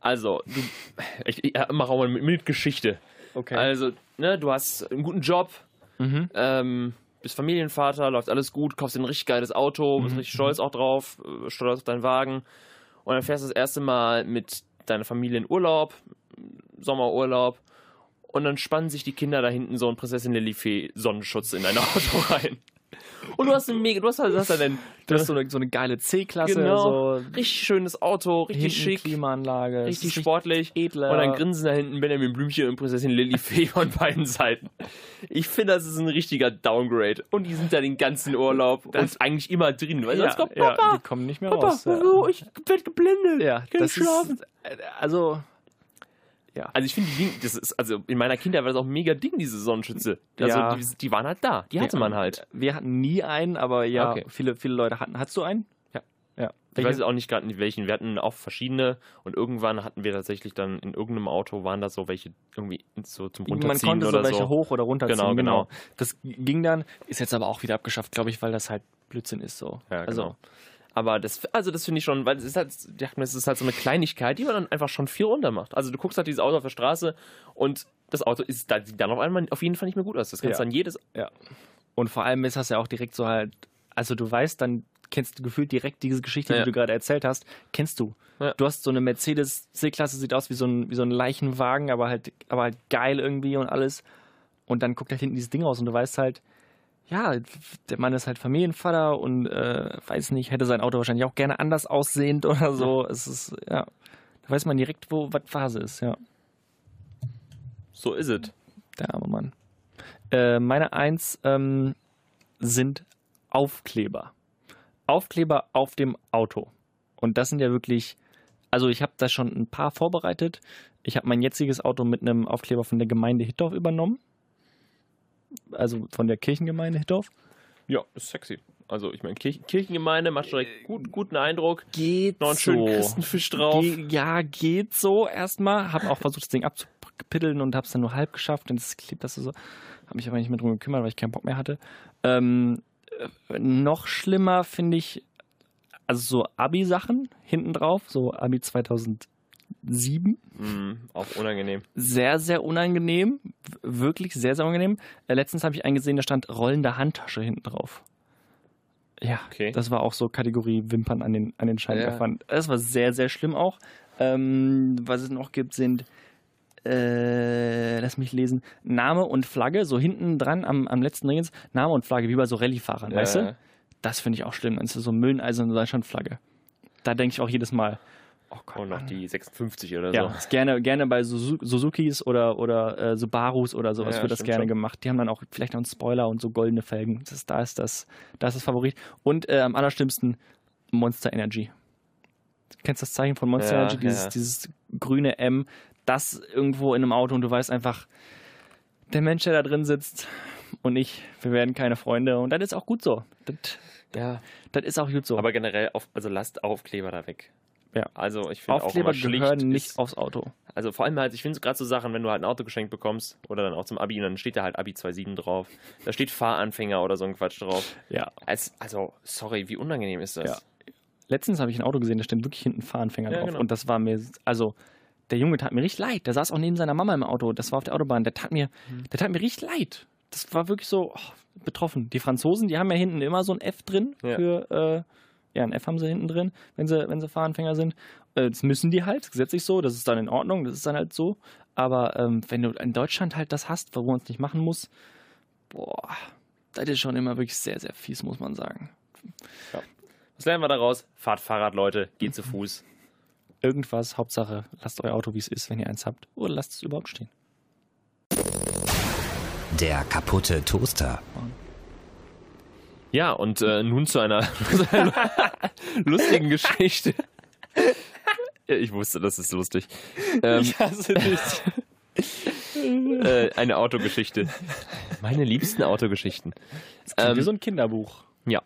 [SPEAKER 2] also, du, (laughs) ich, ich mache auch mal mit, mit Geschichte.
[SPEAKER 1] Okay.
[SPEAKER 2] Also, ne, du hast einen guten Job,
[SPEAKER 1] mhm.
[SPEAKER 2] ähm, bist Familienvater, läuft alles gut, kaufst dir ein richtig geiles Auto, bist richtig stolz auch drauf, äh, stolz auf deinen Wagen. Und dann fährst du das erste Mal mit deiner Familie in Urlaub, Sommerurlaub. Und dann spannen sich die Kinder da hinten so einen Prinzessin Lilifee Sonnenschutz in dein (laughs) Auto rein. Und du hast eine mega, du hast halt, du hast halt einen,
[SPEAKER 1] Das ist so eine, so eine geile C-Klasse.
[SPEAKER 2] genau,
[SPEAKER 1] So
[SPEAKER 2] richtig schönes Auto, richtig
[SPEAKER 1] hinten
[SPEAKER 2] schick.
[SPEAKER 1] Klimaanlage. Es
[SPEAKER 2] Richtig
[SPEAKER 1] ist
[SPEAKER 2] sportlich.
[SPEAKER 1] edler.
[SPEAKER 2] Und dann grinsen da hinten Benjamin Blümchen und
[SPEAKER 1] (laughs)
[SPEAKER 2] Prinzessin Lillifee von beiden Seiten. Ich finde, das ist ein richtiger Downgrade. Und die sind da den ganzen Urlaub und eigentlich immer drin. Weil sonst kommt
[SPEAKER 1] ja,
[SPEAKER 2] Papa,
[SPEAKER 1] die kommen nicht mehr
[SPEAKER 2] Papa,
[SPEAKER 1] raus. ja.
[SPEAKER 2] wieso? ich werde geblendet.
[SPEAKER 1] Ja,
[SPEAKER 2] ich kann
[SPEAKER 1] das
[SPEAKER 2] nicht schlafen.
[SPEAKER 1] ist, also
[SPEAKER 2] Also ich finde, die Ding- das ist, also in meiner Kindheit war das auch ein mega Ding, diese Sonnenschütze. Also
[SPEAKER 1] Ja.
[SPEAKER 2] die, die waren halt da. Die hatte
[SPEAKER 1] Ja.
[SPEAKER 2] man halt.
[SPEAKER 1] wir hatten nie einen, aber ja,
[SPEAKER 2] Okay.
[SPEAKER 1] viele, viele Leute hatten. Hattest du einen?
[SPEAKER 2] Ja.
[SPEAKER 1] ja.
[SPEAKER 2] Ich weiß
[SPEAKER 1] Welche?
[SPEAKER 2] jetzt auch nicht gerade nicht welchen. Wir hatten auch verschiedene und irgendwann hatten wir tatsächlich dann in irgendeinem Auto waren da so welche irgendwie so zum
[SPEAKER 1] Man
[SPEAKER 2] Runterziehen
[SPEAKER 1] konnte so
[SPEAKER 2] oder
[SPEAKER 1] welche
[SPEAKER 2] so.
[SPEAKER 1] hoch oder runterziehen.
[SPEAKER 2] Genau, genau.
[SPEAKER 1] Das ging dann, ist jetzt aber auch wieder abgeschafft, glaube ich, weil das halt Blödsinn ist so.
[SPEAKER 2] Ja,
[SPEAKER 1] also,
[SPEAKER 2] genau. Aber das, also das finde ich schon, weil es ist halt, die dachten, es ist halt so eine Kleinigkeit, die man dann einfach schon viel runter macht. Also du guckst halt dieses Auto auf der Straße und das Auto ist da, sieht dann auf einmal auf jeden Fall nicht mehr gut aus. Das kannst
[SPEAKER 1] Ja.
[SPEAKER 2] dann jedes.
[SPEAKER 1] Und vor allem ist das ja auch direkt so halt, also du weißt, dann kennst du gefühlt direkt diese Geschichte,
[SPEAKER 2] Ja.
[SPEAKER 1] die du gerade erzählt hast, kennst du.
[SPEAKER 2] Ja.
[SPEAKER 1] Du hast so eine Mercedes C-Klasse, sieht aus wie so ein, wie so ein Leichenwagen, aber halt, aber halt geil irgendwie und alles. Und dann guckt halt hinten dieses Ding raus und du weißt halt, ja, der Mann ist halt Familienvater und äh, weiß nicht, hätte sein Auto wahrscheinlich auch gerne anders aussehend oder so. Es ist, ja, da weiß man direkt, wo was Phase ist, ja.
[SPEAKER 2] So ist es.
[SPEAKER 1] Der arme Mann. Äh, meine Eins ähm, sind Aufkleber. Aufkleber auf dem Auto. Und das sind ja wirklich, also ich habe da schon ein paar vorbereitet. Ich habe mein jetziges Auto mit einem Aufkleber von der Gemeinde Hittorf übernommen. Also von der Kirchengemeinde Hittorf.
[SPEAKER 2] Ja, ist sexy. Also ich meine, Kirchen, Kirchengemeinde macht schon direkt gut, guten Eindruck.
[SPEAKER 1] Geht
[SPEAKER 2] Noch einen schönen Christenfisch drauf.
[SPEAKER 1] Ge ja, geht so erstmal. Hab auch versucht, das Ding abzupiddeln und hab's dann nur halb geschafft. Und es klebt das so. Hab mich aber nicht mehr drum gekümmert, weil ich keinen Bock mehr hatte. Ähm, äh, noch schlimmer finde ich, also so Abi-Sachen hinten drauf, so Abi 2007.
[SPEAKER 2] Mhm, auch unangenehm.
[SPEAKER 1] Sehr, sehr unangenehm. W- Wirklich sehr, sehr unangenehm. Äh, letztens habe ich einen gesehen, da stand rollende Handtasche hinten drauf. Ja,
[SPEAKER 2] Okay.
[SPEAKER 1] das war auch so Kategorie Wimpern an den, an den Scheinwerfern.
[SPEAKER 2] Ja.
[SPEAKER 1] Das war sehr, sehr schlimm auch. Ähm, was es noch gibt, sind, äh, lass mich lesen, Name und Flagge, so hinten dran am, am letzten Ring ist Name und Flagge, wie bei so Rallye-Fahrern, weißt
[SPEAKER 2] Ja.
[SPEAKER 1] du? Das finde ich auch schlimm. Dann ist das so Mülleneiserne Deutschlandflagge. Da denke ich auch jedes Mal, oh Gott,
[SPEAKER 2] Und noch die 56 oder
[SPEAKER 1] ja,
[SPEAKER 2] so.
[SPEAKER 1] ist Also, gerne, gerne bei Suzu- Suzukis oder, oder äh, Subarus oder sowas
[SPEAKER 2] Ja,
[SPEAKER 1] wird das
[SPEAKER 2] stimmt
[SPEAKER 1] gerne
[SPEAKER 2] schon.
[SPEAKER 1] gemacht. Die haben dann auch vielleicht noch einen Spoiler und so goldene Felgen. Das ist, da ist das, da ist das Favorit. Und äh, am allerschlimmsten Monster Energy. Du kennst das Zeichen von Monster
[SPEAKER 2] Ja,
[SPEAKER 1] Energy, dieses,
[SPEAKER 2] ja.
[SPEAKER 1] dieses grüne M, das irgendwo in einem Auto und du weißt einfach, der Mensch, der da drin sitzt und ich, wir werden keine Freunde. Und das ist auch gut so. Das,
[SPEAKER 2] Ja.
[SPEAKER 1] das ist auch gut so.
[SPEAKER 2] Aber generell, auf, also lasst Aufkleber da weg.
[SPEAKER 1] Ja.
[SPEAKER 2] Also ich finde auch
[SPEAKER 1] Aufkleber
[SPEAKER 2] immer schlicht
[SPEAKER 1] gehören nicht
[SPEAKER 2] ist-
[SPEAKER 1] aufs Auto.
[SPEAKER 2] Also vor allem halt, ich finde gerade so Sachen, wenn du halt ein Auto geschenkt bekommst oder dann auch zum Abi und dann steht da halt Abi 2.7 drauf. Da steht Fahranfänger oder so ein Quatsch drauf.
[SPEAKER 1] Ja.
[SPEAKER 2] Als, also, sorry, wie unangenehm ist das?
[SPEAKER 1] Ja. Letztens habe ich ein Auto gesehen, da stand wirklich hinten Fahranfänger
[SPEAKER 2] Ja,
[SPEAKER 1] drauf.
[SPEAKER 2] genau.
[SPEAKER 1] Und das war mir, also der Junge tat mir richtig leid. Der saß auch neben seiner Mama im Auto. Das war auf der Autobahn. Der tat mir,
[SPEAKER 2] Mhm.
[SPEAKER 1] der tat mir richtig leid. Das war wirklich so oh, betroffen. Die Franzosen, die haben ja hinten immer so ein F drin
[SPEAKER 2] Ja.
[SPEAKER 1] für, äh, ja, ein F haben sie hinten drin, wenn sie, wenn sie Fahranfänger sind. Äh, das müssen die halt, gesetzlich so. Das ist dann in Ordnung. Das ist dann halt so. Aber ähm, wenn du in Deutschland halt das hast, warum man es nicht machen muss, boah, das ist schon immer wirklich sehr, sehr fies, muss man sagen.
[SPEAKER 2] Was lernen wir daraus? Fahrt Fahrrad, Leute, geht zu Fuß.
[SPEAKER 1] irgendwas. Hauptsache, lasst euer Auto, wie es ist, wenn ihr eins habt. Oder lasst es überhaupt stehen.
[SPEAKER 3] Der kaputte Toaster.
[SPEAKER 2] (laughs) Ja, und äh, nun zu einer, (laughs) zu einer lustigen Geschichte. (laughs) Ja, Ich wusste, das ist lustig. Ähm,
[SPEAKER 1] hasse dich.
[SPEAKER 2] äh, eine Autogeschichte. Meine liebsten Autogeschichten.
[SPEAKER 1] Ähm,
[SPEAKER 2] Ähm,
[SPEAKER 1] wie so ein Kinderbuch.
[SPEAKER 2] Ja.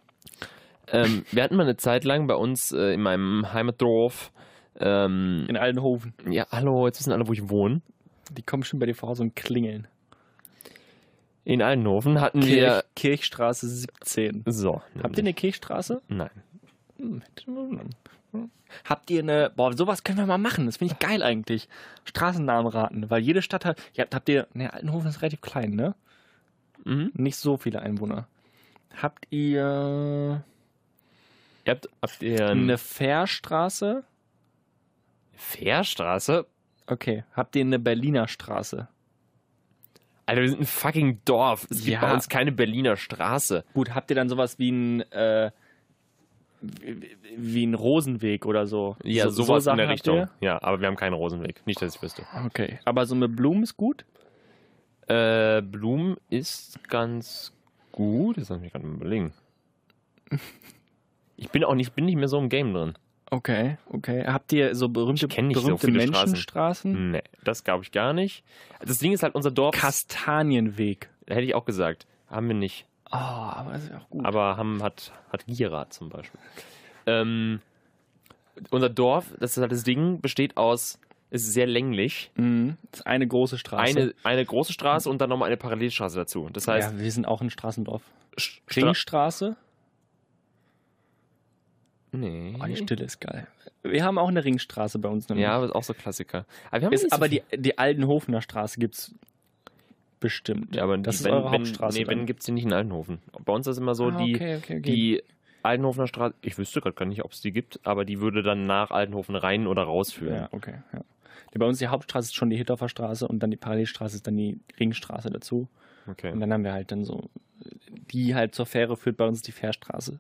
[SPEAKER 2] Ähm, wir hatten mal eine Zeit lang bei uns äh, in meinem Heimatdorf. Ähm,
[SPEAKER 1] In allen Hofen.
[SPEAKER 2] ja, hallo, jetzt wissen alle, wo ich wohne.
[SPEAKER 1] Die kommen schon bei dir voraus und klingeln.
[SPEAKER 2] In Altenhofen hatten
[SPEAKER 1] Kirch,
[SPEAKER 2] wir.
[SPEAKER 1] Kirchstraße 17.
[SPEAKER 2] So.
[SPEAKER 1] Habt ihr eine Kirchstraße? Hm,
[SPEAKER 2] Nein.
[SPEAKER 1] Habt ihr eine. Boah, sowas können wir mal machen. Das finde ich geil eigentlich. Straßennamen raten. Weil jede Stadt hat. Ja, habt ihr. Ne, Altenhofen ist relativ klein, ne?
[SPEAKER 2] Mhm.
[SPEAKER 1] Nicht so viele Einwohner. Habt ihr.
[SPEAKER 2] Ihr habt, habt ihr
[SPEAKER 1] Eine Fährstraße?
[SPEAKER 2] Fährstraße?
[SPEAKER 1] Okay. Habt ihr eine Berliner Straße?
[SPEAKER 2] Alter, wir sind ein fucking Dorf. Es
[SPEAKER 1] Ja.
[SPEAKER 2] gibt bei uns keine Berliner Straße.
[SPEAKER 1] Gut, habt ihr dann sowas wie ein. Äh, wie wie ein Rosenweg oder so?
[SPEAKER 2] Ja,
[SPEAKER 1] so,
[SPEAKER 2] sowas in
[SPEAKER 1] Sachen
[SPEAKER 2] der
[SPEAKER 1] habt
[SPEAKER 2] Richtung. Ja, aber wir haben keinen Rosenweg. Nicht, dass ich wüsste.
[SPEAKER 1] ihr? Okay. Aber so mit Blumen ist gut?
[SPEAKER 2] Äh, Blumen ist ganz gut. Das lass mich gerade mal überlegen. Ich bin auch nicht, bin nicht mehr so im Game drin.
[SPEAKER 1] Okay, okay. Habt ihr so berühmte,
[SPEAKER 2] kenn nicht so
[SPEAKER 1] berühmte
[SPEAKER 2] viele Straßen.
[SPEAKER 1] Menschenstraßen?
[SPEAKER 2] Hm. Nee, das glaube ich gar nicht. Das Ding ist halt, unser Dorf,
[SPEAKER 1] Kastanienweg.
[SPEAKER 2] hätte ich auch gesagt, haben wir nicht.
[SPEAKER 1] Oh, aber das ist ja auch gut.
[SPEAKER 2] Aber haben, hat, hat Gira zum Beispiel. Ähm, unser Dorf, das ist halt das Ding, besteht aus, ist sehr länglich.
[SPEAKER 1] Mhm. Das ist eine große Straße.
[SPEAKER 2] Eine, eine große Straße und dann nochmal eine Parallelstraße dazu. Das heißt,
[SPEAKER 1] ja, wir sind auch ein Straßendorf.
[SPEAKER 2] Sch- Stra-
[SPEAKER 1] Ringstraße?
[SPEAKER 2] Nee.
[SPEAKER 1] Oh, die Stille ist geil. Wir haben auch eine Ringstraße bei uns. nämlich.
[SPEAKER 2] Ja, aber ist auch so Klassiker. Aber, wir haben
[SPEAKER 1] Ist,
[SPEAKER 2] nicht so
[SPEAKER 1] aber
[SPEAKER 2] viel-
[SPEAKER 1] die, die Altenhofener Straße gibt's bestimmt.
[SPEAKER 2] Ja, aber
[SPEAKER 1] das
[SPEAKER 2] die,
[SPEAKER 1] ist eure
[SPEAKER 2] wenn,
[SPEAKER 1] Hauptstraße.
[SPEAKER 2] Nee, wenn
[SPEAKER 1] dann.
[SPEAKER 2] gibt es die nicht in Altenhofen. Bei uns ist immer so,
[SPEAKER 1] Ah,
[SPEAKER 2] die,
[SPEAKER 1] okay, okay, okay.
[SPEAKER 2] die Altenhofener Straße, ich wüsste gerade gar nicht, ob es die gibt, aber die würde dann nach Altenhofen rein oder rausführen.
[SPEAKER 1] Ja, okay. Ja. Die- Bei uns die Hauptstraße ist schon die Hittorfer Straße und dann die Parallelstraße ist dann die Ringstraße dazu.
[SPEAKER 2] Okay.
[SPEAKER 1] Und dann haben wir halt dann so, die halt zur Fähre führt bei uns die Fährstraße.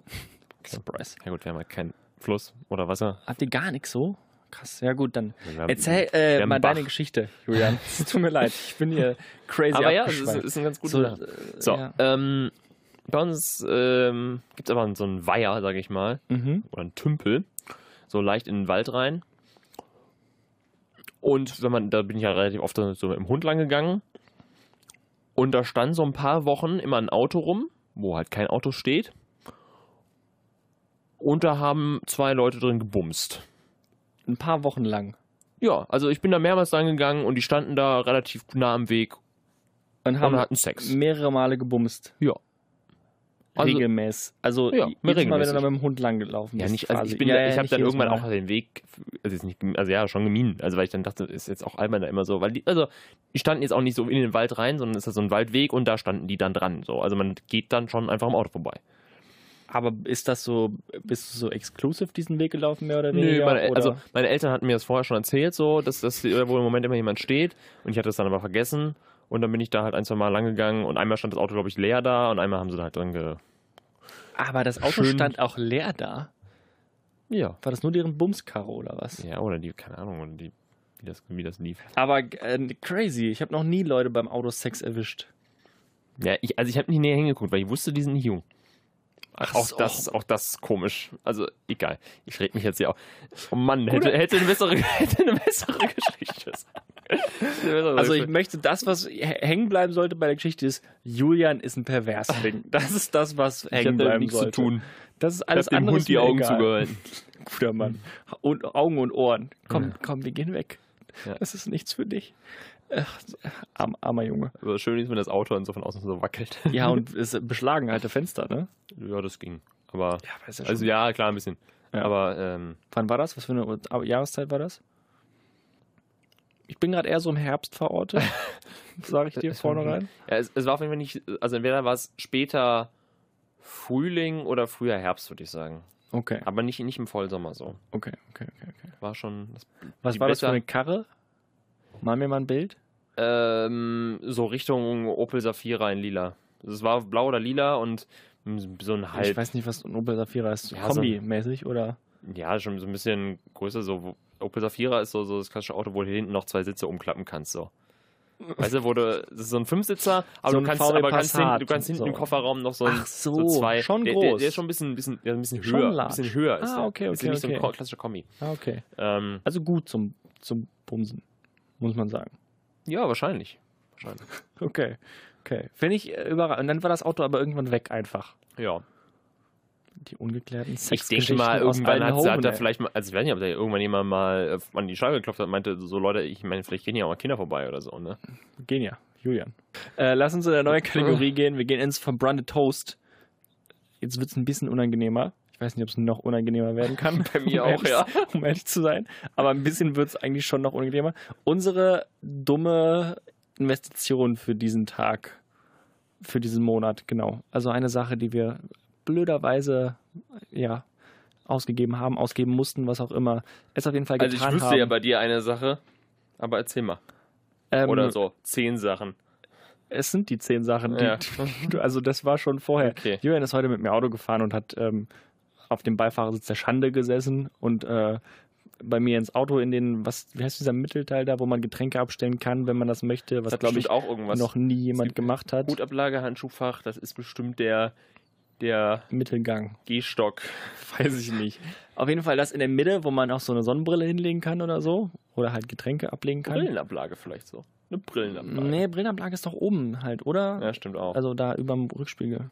[SPEAKER 1] Surprise.
[SPEAKER 2] Ja gut, wir haben halt keinen Fluss oder Wasser.
[SPEAKER 1] Habt ihr gar nichts so? Krass, ja gut, dann
[SPEAKER 2] Wir haben-
[SPEAKER 1] erzähl
[SPEAKER 2] wir
[SPEAKER 1] äh,
[SPEAKER 2] haben
[SPEAKER 1] mal
[SPEAKER 2] Bach.
[SPEAKER 1] deine Geschichte,
[SPEAKER 2] (laughs)
[SPEAKER 1] Julian. Es tut mir leid, ich bin hier crazy
[SPEAKER 2] Aber ja, es ist,
[SPEAKER 1] abgeschweift.
[SPEAKER 2] ist ein ganz
[SPEAKER 1] so,
[SPEAKER 2] guter Plan.
[SPEAKER 1] äh,
[SPEAKER 2] So,
[SPEAKER 1] Ja.
[SPEAKER 2] ähm, bei uns ähm, gibt es aber so einen Weiher, sage ich mal,
[SPEAKER 1] Mhm.
[SPEAKER 2] oder einen Tümpel, so leicht in den Wald rein. Und wenn man, da bin ich ja relativ oft so mit dem Hund lang gegangen. Und da stand so ein paar Wochen immer ein Auto rum, wo halt kein Auto steht. Und da haben zwei Leute drin gebumst.
[SPEAKER 1] Ein paar Wochen lang.
[SPEAKER 2] Ja, also ich bin da mehrmals reingegangen und die standen da relativ nah am Weg
[SPEAKER 1] Und haben
[SPEAKER 2] und hatten Sex.
[SPEAKER 1] mehrere Male gebumst.
[SPEAKER 2] Ja. Also-
[SPEAKER 1] regelmäßig. Also
[SPEAKER 2] Ja,
[SPEAKER 1] jedes Mal, wenn du
[SPEAKER 2] regelmäßig.
[SPEAKER 1] da mit dem Hund lang gelaufen
[SPEAKER 2] Ja,
[SPEAKER 1] bist.
[SPEAKER 2] nicht, also
[SPEAKER 1] quasi.
[SPEAKER 2] ich bin,
[SPEAKER 1] Ja, ja,
[SPEAKER 2] ich habe
[SPEAKER 1] nicht
[SPEAKER 2] dann
[SPEAKER 1] jedes
[SPEAKER 2] irgendwann
[SPEAKER 1] Mal.
[SPEAKER 2] auch den Weg, also, jetzt nicht, gem- also ja, schon gemieden. Also weil ich dann dachte, ist jetzt auch albern da immer so, weil die, also die standen jetzt auch nicht so in den Wald rein, sondern ist das so ein Waldweg und da standen die dann dran. So, also man geht dann schon einfach am Auto vorbei.
[SPEAKER 1] Aber ist das so, bist du so exklusiv diesen Weg gelaufen, mehr oder
[SPEAKER 2] Nö,
[SPEAKER 1] weniger?
[SPEAKER 2] meine, El-
[SPEAKER 1] oder?
[SPEAKER 2] also meine Eltern hatten mir das vorher schon erzählt, so, dass das äh, wo im Moment immer jemand steht und ich hatte das dann aber vergessen und dann bin ich da halt ein, zwei Mal lang gegangen und einmal stand das Auto, glaube ich, leer da und einmal haben sie da halt drin ge...
[SPEAKER 1] aber das Auto
[SPEAKER 2] schön-
[SPEAKER 1] stand auch leer da.
[SPEAKER 2] Ja.
[SPEAKER 1] War das nur deren Bumskarre oder was?
[SPEAKER 2] Ja, oder die, keine Ahnung, oder die, wie das, wie das lief.
[SPEAKER 1] Aber äh, crazy, ich habe noch nie Leute beim Autosex erwischt.
[SPEAKER 2] Ja, ich, also ich habe nicht näher hingeguckt, weil ich wusste, die sind nicht jung.
[SPEAKER 1] Ach
[SPEAKER 2] auch,
[SPEAKER 1] so.
[SPEAKER 2] das, auch das ist komisch. Also egal. Ich reg mich jetzt hier auch. Oh Mann, hätte,
[SPEAKER 1] Gute-
[SPEAKER 2] hätte, eine, bessere, (laughs) hätte eine bessere Geschichte. Eine bessere
[SPEAKER 1] Also ich
[SPEAKER 2] Geschichte.
[SPEAKER 1] möchte, das, was h- hängen bleiben sollte bei der Geschichte ist, Julian ist ein (laughs) Perversling. Das ist das, was
[SPEAKER 2] ich
[SPEAKER 1] hängen
[SPEAKER 2] habe da
[SPEAKER 1] bleiben
[SPEAKER 2] nichts
[SPEAKER 1] sollte.
[SPEAKER 2] zu tun.
[SPEAKER 1] Das ist
[SPEAKER 2] Ich
[SPEAKER 1] alles
[SPEAKER 2] habe dem
[SPEAKER 1] andere
[SPEAKER 2] Hund
[SPEAKER 1] ist
[SPEAKER 2] die
[SPEAKER 1] mir
[SPEAKER 2] Augen
[SPEAKER 1] egal.
[SPEAKER 2] zugehalten.
[SPEAKER 1] Guter Mann. Und Augen und Ohren. Komm, komm, wir gehen weg.
[SPEAKER 2] Ja.
[SPEAKER 1] Das ist nichts für dich. Ach, arm, armer Junge.
[SPEAKER 2] Aber schön ist, wenn das Auto und so von außen so wackelt.
[SPEAKER 1] (laughs) Ja, und es beschlagen alte Fenster, ne?
[SPEAKER 2] Ja, das ging. Aber
[SPEAKER 1] Ja, weiß ja
[SPEAKER 2] also ja, klar ein bisschen.
[SPEAKER 1] Ja.
[SPEAKER 2] Aber ähm,
[SPEAKER 1] Wann war das? Was für eine Uhr- Jahreszeit war das? Ich bin gerade eher so im Herbst (laughs) verortet, sage ich dir vornherein.
[SPEAKER 2] ja, es, es war auf jeden Fall nicht. Also entweder war es später Frühling oder früher Herbst, würde ich sagen.
[SPEAKER 1] Okay,
[SPEAKER 2] Aber nicht, nicht im Vollsommer so.
[SPEAKER 1] okay, okay, okay. okay.
[SPEAKER 2] War schon. Das
[SPEAKER 1] Was
[SPEAKER 2] Die
[SPEAKER 1] war das für
[SPEAKER 2] Blätter-
[SPEAKER 1] eine Karre? Mal mir mal ein Bild.
[SPEAKER 2] Ähm, so Richtung Opel Safira in lila. Also es war blau oder lila und so ein
[SPEAKER 1] Ich
[SPEAKER 2] halb,
[SPEAKER 1] weiß nicht, was ein Opel Safira ist.
[SPEAKER 2] Ja, so-
[SPEAKER 1] Kombi-mäßig oder?
[SPEAKER 2] ja, schon so ein bisschen größer. So wo- Opel Safira ist so, so das klassische Auto, wo du hinten noch zwei Sitze umklappen kannst. So. Weißt du, wo du, das ist so ein Fünfsitzer, aber,
[SPEAKER 1] So
[SPEAKER 2] du,
[SPEAKER 1] ein
[SPEAKER 2] kannst,
[SPEAKER 1] VW
[SPEAKER 2] aber kannst hinten, du
[SPEAKER 1] Passat,
[SPEAKER 2] kannst hinten
[SPEAKER 1] so.
[SPEAKER 2] im Kofferraum noch so, ein,
[SPEAKER 1] Ach so,
[SPEAKER 2] zwei.
[SPEAKER 1] schon
[SPEAKER 2] der, Der,
[SPEAKER 1] groß.
[SPEAKER 2] der ist schon ein bisschen, bisschen, ja, ein bisschen
[SPEAKER 1] Schon
[SPEAKER 2] höher. Ein
[SPEAKER 1] large.
[SPEAKER 2] bisschen höher ist
[SPEAKER 1] Ah,
[SPEAKER 2] der.
[SPEAKER 1] okay,
[SPEAKER 2] Ist
[SPEAKER 1] okay,
[SPEAKER 2] nicht so ein
[SPEAKER 1] okay.
[SPEAKER 2] ko- klassischer Kombi.
[SPEAKER 1] Ah, okay.
[SPEAKER 2] Ähm,
[SPEAKER 1] Also gut zum, zum Bumsen, muss man sagen.
[SPEAKER 2] ja, wahrscheinlich. Wahrscheinlich.
[SPEAKER 1] Okay, okay. Finde ich äh, überraschend. Und dann war das Auto aber irgendwann weg einfach.
[SPEAKER 2] Ja.
[SPEAKER 1] Die ungeklärten
[SPEAKER 2] Ich
[SPEAKER 1] Sexgeschichten
[SPEAKER 2] denke mal,
[SPEAKER 1] aus
[SPEAKER 2] irgendwann hat,
[SPEAKER 1] Aldenhoven,
[SPEAKER 2] hat er
[SPEAKER 1] ey.
[SPEAKER 2] vielleicht mal, also ich weiß nicht, ob da irgendwann jemand mal äh, an die Scheibe geklopft hat und meinte, so Leute, ich meine, vielleicht gehen ja auch mal Kinder vorbei oder so, (laughs) ne?
[SPEAKER 1] Gehen ja, Julian. Äh, lass uns in
[SPEAKER 2] (laughs)
[SPEAKER 1] eine neue Kategorie gehen. Wir gehen ins Verbrannte Toast. Jetzt wird es ein bisschen unangenehmer. Ich weiß nicht, ob es noch unangenehmer werden kann.
[SPEAKER 2] Bei mir (laughs)
[SPEAKER 1] um
[SPEAKER 2] auch,
[SPEAKER 1] ehrlich,
[SPEAKER 2] ja.
[SPEAKER 1] (laughs) Um ehrlich zu sein. Aber ein bisschen wird es eigentlich schon noch unangenehmer. Unsere dumme Investition für diesen Tag, für diesen Monat, genau. Also eine Sache, die wir blöderweise, ja, ausgegeben haben, ausgeben mussten, was auch immer. Es auf jeden Fall
[SPEAKER 2] Also
[SPEAKER 1] getan
[SPEAKER 2] ich wüsste
[SPEAKER 1] haben.
[SPEAKER 2] ja bei dir eine Sache, aber erzähl mal.
[SPEAKER 1] Ähm,
[SPEAKER 2] Oder so, zehn Sachen.
[SPEAKER 1] Es sind die zehn Sachen, die,
[SPEAKER 2] Ja.
[SPEAKER 1] (laughs) Du, Also das war schon vorher.
[SPEAKER 2] Okay.
[SPEAKER 1] Julian ist heute mit mir Auto gefahren und hat ähm, auf dem Beifahrersitz der Schande gesessen und äh, bei mir ins Auto in den, was, wie heißt dieser Mittelteil da, wo man Getränke abstellen kann, wenn man das möchte, was
[SPEAKER 2] Das hat,
[SPEAKER 1] glaube
[SPEAKER 2] glaube
[SPEAKER 1] ich
[SPEAKER 2] ich, auch irgendwas.
[SPEAKER 1] noch nie jemand
[SPEAKER 2] gibt
[SPEAKER 1] gemacht hat.
[SPEAKER 2] Hutablage, Handschuhfach, das ist bestimmt der, der
[SPEAKER 1] Mittelgang,
[SPEAKER 2] Gehstock. (laughs)
[SPEAKER 1] weiß ich nicht. Auf jeden Fall das in der Mitte, wo man auch so eine Sonnenbrille hinlegen kann oder so. Oder halt Getränke ablegen kann.
[SPEAKER 2] Brillenablage vielleicht so. Eine Brillenablage.
[SPEAKER 1] Nee, Brillenablage ist doch oben halt, oder?
[SPEAKER 2] Ja, stimmt auch.
[SPEAKER 1] Also da überm Rückspiegel.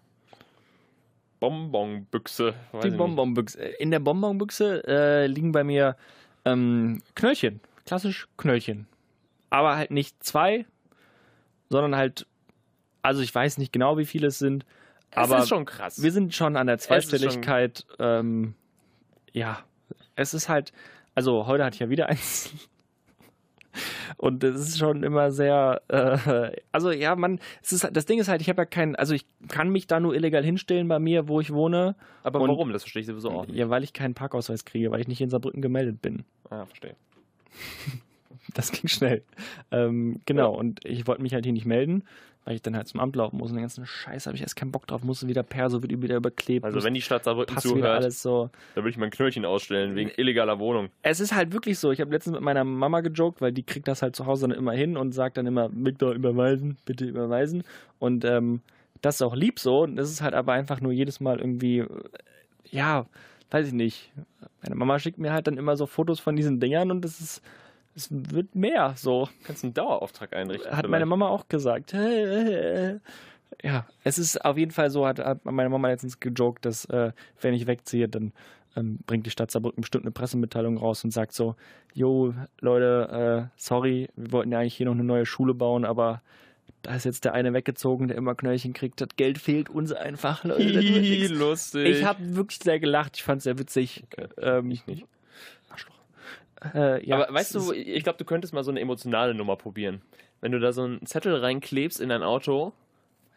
[SPEAKER 2] Bonbonbüchse. weiß ich
[SPEAKER 1] die Bonbonbüchse. äh, In der Bonbonbüchse äh, liegen bei mir ähm, Knöllchen. Klassisch Knöllchen. Aber halt nicht zwei, sondern halt, also ich weiß nicht genau, wie viele es sind,
[SPEAKER 2] nicht.
[SPEAKER 1] aber
[SPEAKER 2] das ist schon krass.
[SPEAKER 1] wir sind schon an der
[SPEAKER 2] ist schon-
[SPEAKER 1] Zweistelligkeit. Ähm, ja, es ist halt, also heute hatte ich ja wieder (laughs) eins. Und es ist schon immer sehr, äh, also ja, man, es ist, das Ding ist halt, ich habe ja keinen, also ich kann mich da nur illegal hinstellen bei mir, wo ich wohne.
[SPEAKER 2] aber
[SPEAKER 1] und-
[SPEAKER 2] warum? Das verstehe ich sowieso auch nicht.
[SPEAKER 1] Ja, weil ich keinen Parkausweis kriege, weil ich nicht in Saarbrücken gemeldet bin. (laughs)
[SPEAKER 2] Ah, verstehe.
[SPEAKER 1] Das ging schnell. Ähm, genau, und ich wollte mich halt hier nicht melden, weil ich dann halt zum Amt laufen muss. Und den ganzen Scheiß habe ich erst keinen Bock drauf, musste wieder Perso, wird wieder überklebt.
[SPEAKER 2] Also wenn die Stadt Saarbrücken
[SPEAKER 1] Pass wieder
[SPEAKER 2] zuhört,
[SPEAKER 1] alles so.
[SPEAKER 2] dann würde ich mein Knöllchen ausstellen wegen illegaler Wohnung.
[SPEAKER 1] Es ist halt wirklich so. Ich habe letztens mit meiner Mama gejoked, weil die kriegt das halt zu Hause dann immer hin und sagt dann immer, Victor, überweisen, bitte überweisen. Und ähm, das ist auch lieb so. Und das ist halt aber einfach nur jedes Mal irgendwie, äh, ja, weiß ich nicht. Meine Mama schickt mir halt dann immer so Fotos von diesen Dingern und das ist, es wird mehr so.
[SPEAKER 2] Kannst einen Dauerauftrag einrichten.
[SPEAKER 1] Hat meine Mama auch gesagt. (laughs) Ja, es ist auf jeden Fall so, hat, hat meine Mama letztens gejoked, dass äh, wenn ich wegziehe, dann ähm, bringt die Stadt Saarbrücken bestimmt eine Pressemitteilung raus und sagt so, jo, Leute, äh, sorry, wir wollten ja eigentlich hier noch eine neue Schule bauen, aber da ist jetzt der eine weggezogen, der immer Knöllchen kriegt. Das Geld fehlt uns einfach, Leute. das wird
[SPEAKER 2] Hihi,
[SPEAKER 1] nix."
[SPEAKER 2] lustig.
[SPEAKER 1] Ich habe wirklich sehr gelacht, ich fand es sehr witzig.
[SPEAKER 2] Okay.
[SPEAKER 1] Ähm, ich
[SPEAKER 2] nicht.
[SPEAKER 1] Arschloch. Äh, ja,
[SPEAKER 2] aber weißt
[SPEAKER 1] es
[SPEAKER 2] du,
[SPEAKER 1] ist-
[SPEAKER 2] ich glaube, du könntest mal so eine emotionale Nummer probieren. Wenn du da so einen Zettel reinklebst in dein Auto.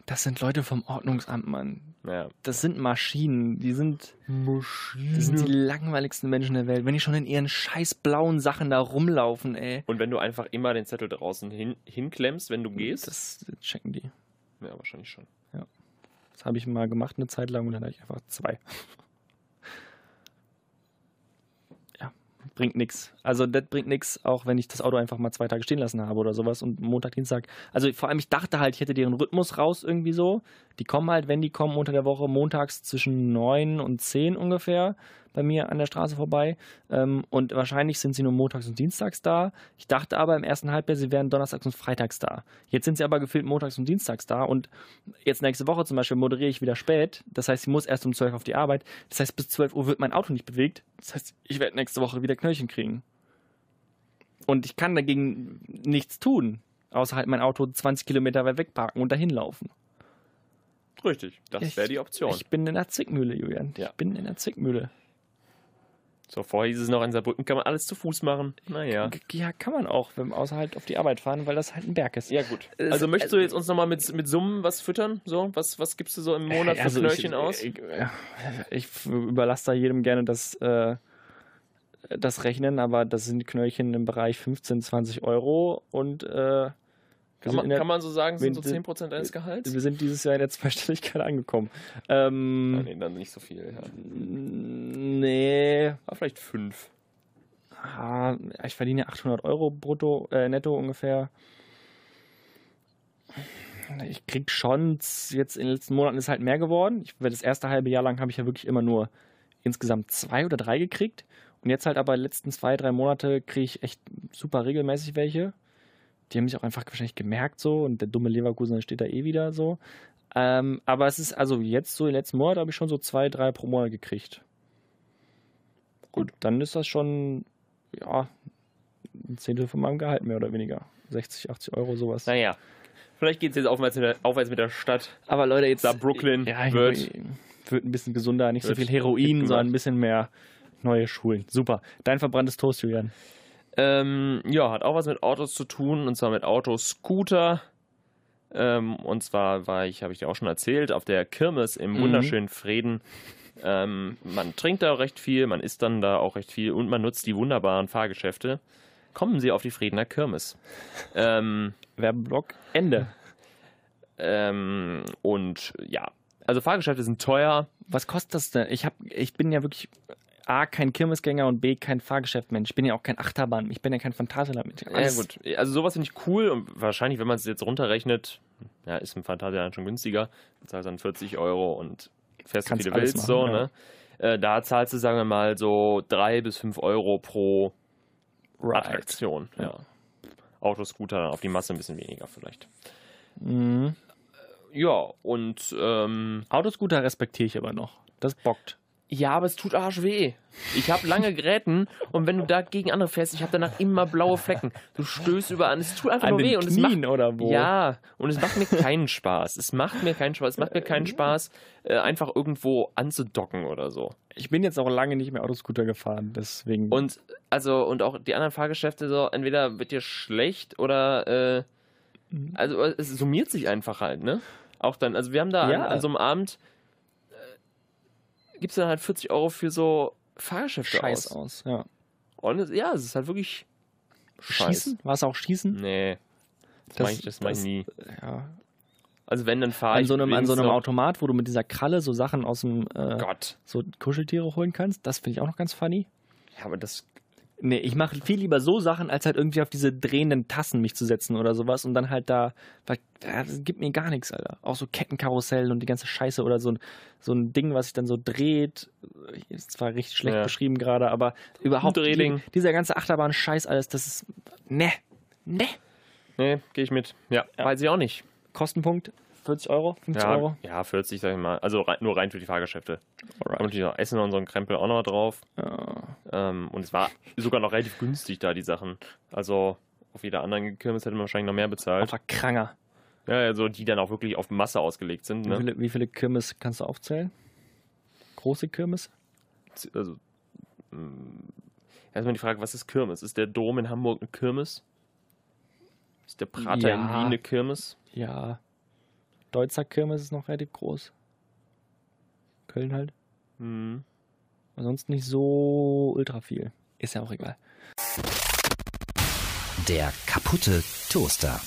[SPEAKER 1] das sind Leute vom Ordnungsamt, Mann.
[SPEAKER 2] Naja.
[SPEAKER 1] das sind Maschinen. Die sind,
[SPEAKER 2] Maschine.
[SPEAKER 1] das sind die langweiligsten Menschen der Welt. Wenn die schon in ihren scheiß blauen Sachen da rumlaufen, ey.
[SPEAKER 2] Und wenn du einfach immer den Zettel draußen hin, hinklemmst, wenn du gehst.
[SPEAKER 1] Mhm, Das checken die.
[SPEAKER 2] ja, wahrscheinlich schon.
[SPEAKER 1] Das habe ich mal gemacht eine Zeit lang und dann hatte ich einfach zwei. (laughs) ja, bringt nix. Also das bringt nix, auch wenn ich das Auto einfach mal zwei Tage stehen lassen habe oder sowas und Montag, Dienstag. Also vor allem, ich dachte halt, ich hätte deren Rhythmus raus irgendwie so. Die kommen halt, wenn die kommen, unter der Woche montags zwischen 9 und 10 ungefähr bei mir an der Straße vorbei. Ähm, und wahrscheinlich sind sie nur montags und dienstags da. Ich dachte aber im ersten Halbjahr, sie wären donnerstags und freitags da. Jetzt sind sie aber gefühlt montags und dienstags da und jetzt nächste Woche zum Beispiel moderiere ich wieder spät. Das heißt, ich muss erst um 12 auf die Arbeit. Das heißt, bis 12 Uhr wird mein Auto nicht bewegt. Das heißt, ich werde nächste Woche wieder Knöllchen kriegen. Und ich kann dagegen nichts tun, außer halt mein Auto 20 Kilometer weit wegparken und dahin laufen.
[SPEAKER 2] Richtig. Das
[SPEAKER 1] Ich-
[SPEAKER 2] wäre die Option.
[SPEAKER 1] Ich bin in der Zickmühle, Julian.
[SPEAKER 2] Ja.
[SPEAKER 1] Ich bin in der Zickmühle.
[SPEAKER 2] So, vorher hieß es noch, in Saarbrücken kann man alles zu Fuß machen. Naja.
[SPEAKER 1] G- Ja, kann man auch, wenn man außer halt auf die Arbeit fahren, weil das halt ein Berg ist.
[SPEAKER 2] Ja, gut.
[SPEAKER 1] Es-
[SPEAKER 2] Also möchtest du jetzt uns nochmal mit, mit Summen was füttern? So, was, was gibst du so im Monat für
[SPEAKER 1] Also ich-
[SPEAKER 2] Knöllchen aus?
[SPEAKER 1] Ich, äh, ich überlasse da jedem gerne das, äh, das Rechnen, aber das sind Knöllchen im Bereich 15, 20 Euro und äh, wir,
[SPEAKER 2] Kann
[SPEAKER 1] sind
[SPEAKER 2] man,
[SPEAKER 1] in der,
[SPEAKER 2] kann man so sagen, sind so
[SPEAKER 1] wenn-
[SPEAKER 2] 10% deines Gehalts?
[SPEAKER 1] wir sind dieses Jahr in der Zweistelligkeit angekommen. Ähm,
[SPEAKER 2] Ah, nee, dann nicht so viel. Ja.
[SPEAKER 1] Nee,
[SPEAKER 2] Aber vielleicht 5.
[SPEAKER 1] ah, ich verdiene 800 Euro brutto, äh, netto ungefähr. Ich krieg schon z- jetzt in den letzten Monaten ist halt mehr geworden. Ich, weil das erste halbe Jahr lang habe ich ja wirklich immer nur insgesamt zwei oder drei gekriegt. Und jetzt halt aber die letzten zwei, drei Monate kriege ich echt super regelmäßig welche. Die haben sich auch einfach wahrscheinlich gemerkt so und der dumme Leverkusen steht da eh wieder so. Ähm, aber es ist also jetzt so, im letzten Monat habe ich schon so zwei, drei pro Monat gekriegt. Gut, dann ist das schon, ja, ein Zehntel von meinem Gehalt mehr oder weniger. 60, 80 Euro, sowas.
[SPEAKER 2] Naja. Vielleicht geht es jetzt aufwärts mit, der, aufwärts mit der Stadt.
[SPEAKER 1] Aber Leute, jetzt.
[SPEAKER 2] Da Brooklyn
[SPEAKER 1] ja, ich-
[SPEAKER 2] wird-
[SPEAKER 1] Wird ein bisschen gesunder, nicht so
[SPEAKER 2] Wird
[SPEAKER 1] viel Heroin,
[SPEAKER 2] gemacht.
[SPEAKER 1] sondern ein bisschen mehr neue Schulen. Super. Dein verbranntes Toast, Julian.
[SPEAKER 2] Ähm, ja, hat auch was mit Autos zu tun, und zwar mit Autoscooter. Ähm, und zwar war ich, habe ich dir auch schon erzählt, auf der Kirmes im
[SPEAKER 1] Mhm.
[SPEAKER 2] wunderschönen Freden. Ähm, man trinkt da recht viel, man isst dann da auch recht viel und man nutzt die wunderbaren Fahrgeschäfte. Kommen Sie auf die Fredener Kirmes. Ähm,
[SPEAKER 1] Werbeblock, Ende.
[SPEAKER 2] ähm, und ja, also Fahrgeschäfte sind teuer.
[SPEAKER 1] Was kostet das denn? Ich, hab, ich bin ja wirklich A, kein Kirmesgänger und B, kein Fahrgeschäftmensch. Ich bin ja auch kein Achterbahn, ich bin ja kein Phantasialand.
[SPEAKER 2] Ja, gut. Also sowas finde ich cool und wahrscheinlich, wenn man es jetzt runterrechnet, ja, ist im Phantasialand schon günstiger, zahlst dann 40 Euro und fährst so
[SPEAKER 1] Kannst
[SPEAKER 2] viel du
[SPEAKER 1] alles
[SPEAKER 2] willst, so,
[SPEAKER 1] machen, ja.
[SPEAKER 2] ne? Äh, Da zahlst du, sagen wir mal, so 3 bis 5 Euro pro
[SPEAKER 1] right.
[SPEAKER 2] Attraktion. Ja. Autoscooter dann auf die Masse ein bisschen weniger vielleicht.
[SPEAKER 1] Mhm.
[SPEAKER 2] Ja, und ähm,
[SPEAKER 1] Autoscooter respektiere ich aber noch. Das bockt.
[SPEAKER 2] ja, aber es tut Arsch weh. Ich habe lange Gräten und wenn du da gegen andere fährst, ich habe danach immer blaue Flecken. Du stößt überall an, es tut einfach
[SPEAKER 1] An
[SPEAKER 2] nur
[SPEAKER 1] den
[SPEAKER 2] weh und es macht
[SPEAKER 1] Knien oder wo?
[SPEAKER 2] Ja, und es macht mir keinen Spaß. Es macht mir keinen Spaß. Es macht mir keinen Spaß, äh, einfach irgendwo anzudocken oder so.
[SPEAKER 1] Ich bin jetzt auch lange nicht mehr Autoscooter gefahren, deswegen.
[SPEAKER 2] Und also und auch die anderen Fahrgeschäfte so, entweder wird dir schlecht oder äh, also äh, es summiert sich einfach halt, ne? Auch dann, also wir haben da
[SPEAKER 1] Ja.
[SPEAKER 2] an, an so einem Abend äh, gibt's dann halt 40 Euro für so Fahrgeschäfte
[SPEAKER 1] Scheiß aus.
[SPEAKER 2] aus.
[SPEAKER 1] Ja.
[SPEAKER 2] Und es, ja, es ist halt wirklich Scheiß.
[SPEAKER 1] Schießen? War es auch Schießen?
[SPEAKER 2] Nee, das,
[SPEAKER 1] Das-
[SPEAKER 2] mach ich, das, mach ich
[SPEAKER 1] das-
[SPEAKER 2] nie.
[SPEAKER 1] Ja.
[SPEAKER 2] Also wenn dann fahre
[SPEAKER 1] An
[SPEAKER 2] ich
[SPEAKER 1] so einem, an so einem
[SPEAKER 2] wenigstens
[SPEAKER 1] Automat, wo du mit dieser Kralle so Sachen aus dem
[SPEAKER 2] noch-
[SPEAKER 1] äh,
[SPEAKER 2] Gott.
[SPEAKER 1] so Kuscheltiere holen kannst, das finde ich auch noch ganz funny.
[SPEAKER 2] Ja, aber das
[SPEAKER 1] Nee, ich mache viel lieber so Sachen, als halt irgendwie auf diese drehenden Tassen mich zu setzen oder sowas und dann halt da, weil, ja, das gibt mir gar nichts, Alter. Auch so Kettenkarussell und die ganze Scheiße oder so ein, so ein Ding, was sich dann so dreht. Ist zwar richtig schlecht
[SPEAKER 2] Ja.
[SPEAKER 1] beschrieben gerade, aber überhaupt
[SPEAKER 2] Drehding.
[SPEAKER 1] die, dieser ganze Achterbahn-Scheiß alles, das ist, ne, ne.
[SPEAKER 2] Nee, gehe ich mit. Ja, weiß ich auch nicht.
[SPEAKER 1] Kostenpunkt 40 Euro, 50
[SPEAKER 2] Ja,
[SPEAKER 1] Euro.
[SPEAKER 2] ja, 40, sag ich mal. Also rei- nur rein für die Fahrgeschäfte.
[SPEAKER 1] Alright.
[SPEAKER 2] Und die Essen und so ein Krempel auch noch drauf.
[SPEAKER 1] Ja.
[SPEAKER 2] Ähm, und es war sogar noch relativ günstig da, die Sachen. Also auf jeder anderen Kirmes hätte man wahrscheinlich noch mehr bezahlt.
[SPEAKER 1] Einfach Kranger.
[SPEAKER 2] Ja, also die dann auch wirklich auf Masse ausgelegt sind.
[SPEAKER 1] Wie,
[SPEAKER 2] Ne?
[SPEAKER 1] viele, wie viele Kirmes kannst du aufzählen? Große Kirmes?
[SPEAKER 2] Also, mh, erstmal die Frage, was ist Kirmes? Ist der Dom in Hamburg eine Kirmes? Ist der Prater in
[SPEAKER 1] Ja.
[SPEAKER 2] Wien eine Kirmes?
[SPEAKER 1] Ja. Deutzer Kirmes ist noch relativ groß. Köln halt.
[SPEAKER 2] Hm.
[SPEAKER 1] Ansonsten nicht so ultra viel. Ist ja auch egal.
[SPEAKER 3] Der kaputte Toaster.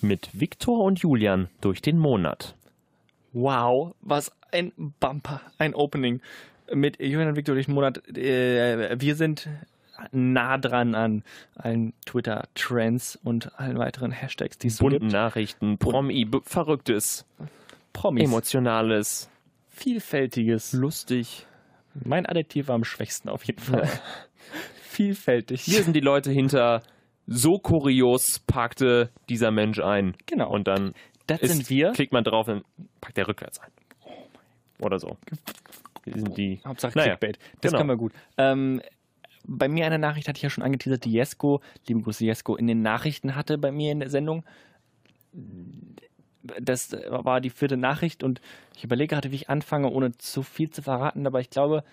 [SPEAKER 2] Mit Viktor und Julian durch den Monat.
[SPEAKER 1] Wow, was ein Bumper, ein Opening. Mit Julian und Victor durch den Monat. Äh, wir sind nah dran an allen Twitter-Trends und allen weiteren Hashtags, die es so
[SPEAKER 2] bunten
[SPEAKER 1] gibt.
[SPEAKER 2] Nachrichten, Promi, B Verrücktes,
[SPEAKER 1] Promis.
[SPEAKER 2] Emotionales,
[SPEAKER 1] Vielfältiges.
[SPEAKER 2] lustig.
[SPEAKER 1] Mein Adjektiv war am schwächsten auf jeden Fall. Vielfältig.
[SPEAKER 2] Hier sind die Leute hinter. So kurios packte dieser Mensch ein.
[SPEAKER 1] Genau.
[SPEAKER 2] Und dann
[SPEAKER 1] das
[SPEAKER 2] ist,
[SPEAKER 1] sind wir.
[SPEAKER 2] klickt man drauf und packt der rückwärts ein. Oder so.
[SPEAKER 1] Oh
[SPEAKER 2] Hier sind die.
[SPEAKER 1] Hauptsache
[SPEAKER 2] Naja,
[SPEAKER 1] Clickbait. Das
[SPEAKER 2] genau.
[SPEAKER 1] können wir gut. Ähm, bei mir eine Nachricht hatte ich ja schon angeteasert, die Jesko, liebe Grüße Jesko, in den Nachrichten hatte bei mir in der Sendung. Das war die vierte Nachricht und ich überlege gerade, wie ich anfange, ohne zu viel zu verraten, aber ich glaube,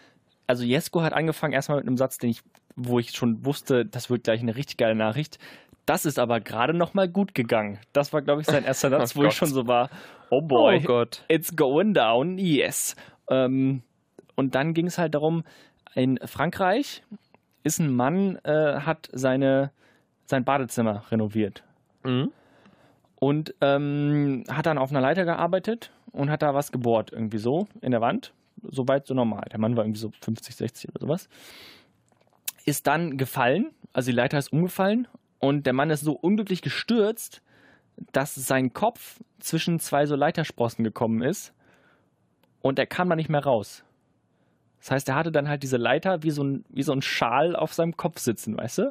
[SPEAKER 1] also Jesko hat angefangen erstmal mit einem Satz, den ich, wo ich schon wusste, das wird gleich eine richtig geile Nachricht. Das ist aber gerade nochmal gut gegangen. Das war, glaube ich, sein
[SPEAKER 2] (laughs)
[SPEAKER 1] erster Satz,
[SPEAKER 2] Oh
[SPEAKER 1] wo
[SPEAKER 2] Gott.
[SPEAKER 1] ich schon so war, oh
[SPEAKER 2] Oh
[SPEAKER 1] boy,
[SPEAKER 2] Gott.
[SPEAKER 1] It's going down, yes. Ähm, und dann ging es halt darum, in Frankreich ist ein Mann, äh, hat seine, sein Badezimmer renoviert
[SPEAKER 2] Mhm.
[SPEAKER 1] und ähm, hat dann auf einer Leiter gearbeitet und hat da was gebohrt, irgendwie so, in der Wand. Soweit so normal. Der Mann war irgendwie so 50, 60 oder sowas. Ist dann gefallen, also die Leiter ist umgefallen und der Mann ist so unglücklich gestürzt, dass sein Kopf zwischen zwei so Leitersprossen gekommen ist und er kam da nicht mehr raus. Das heißt, er hatte dann halt diese Leiter wie so ein, wie so ein Schal auf seinem Kopf sitzen, weißt du?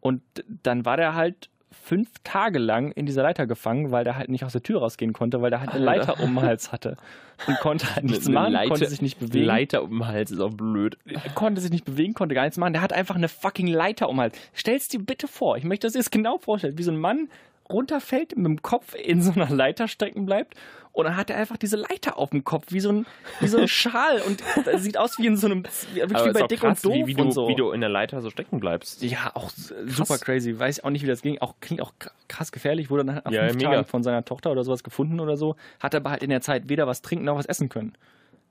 [SPEAKER 1] Und dann war der halt fünf Tage lang in dieser Leiter gefangen, weil der halt nicht aus der Tür rausgehen konnte, weil der halt eine Leiter um den Hals hatte. Und konnte halt nichts
[SPEAKER 2] Eine
[SPEAKER 1] machen,
[SPEAKER 2] Leiter-
[SPEAKER 1] konnte sich nicht bewegen.
[SPEAKER 2] Leiter um den Hals ist auch blöd.
[SPEAKER 1] Er konnte sich nicht bewegen, konnte gar nichts machen. Der hat einfach eine fucking Leiter um den Hals. Stell's dir bitte vor, ich möchte, dass ihr es genau vorstellt, wie so ein Mann runterfällt, mit dem Kopf in so einer Leiter stecken bleibt und dann hat er einfach diese Leiter auf dem Kopf, wie so ein, wie
[SPEAKER 2] (laughs)
[SPEAKER 1] so ein Schal und das sieht aus wie in so einem, wie, wirklich wie
[SPEAKER 2] ist
[SPEAKER 1] bei
[SPEAKER 2] auch
[SPEAKER 1] Dick
[SPEAKER 2] krass,
[SPEAKER 1] und Doof
[SPEAKER 2] wie, wie, du,
[SPEAKER 1] und so.
[SPEAKER 2] wie du in der Leiter so stecken bleibst.
[SPEAKER 1] Ja, auch s- super crazy. Weiß ich auch nicht, wie das ging. Auch klingt auch kr- krass gefährlich. Wurde dann nach
[SPEAKER 2] Ja,
[SPEAKER 1] fünf
[SPEAKER 2] mega.
[SPEAKER 1] Tagen von seiner Tochter oder sowas gefunden oder so. Hat aber halt in der Zeit weder was trinken noch was essen können.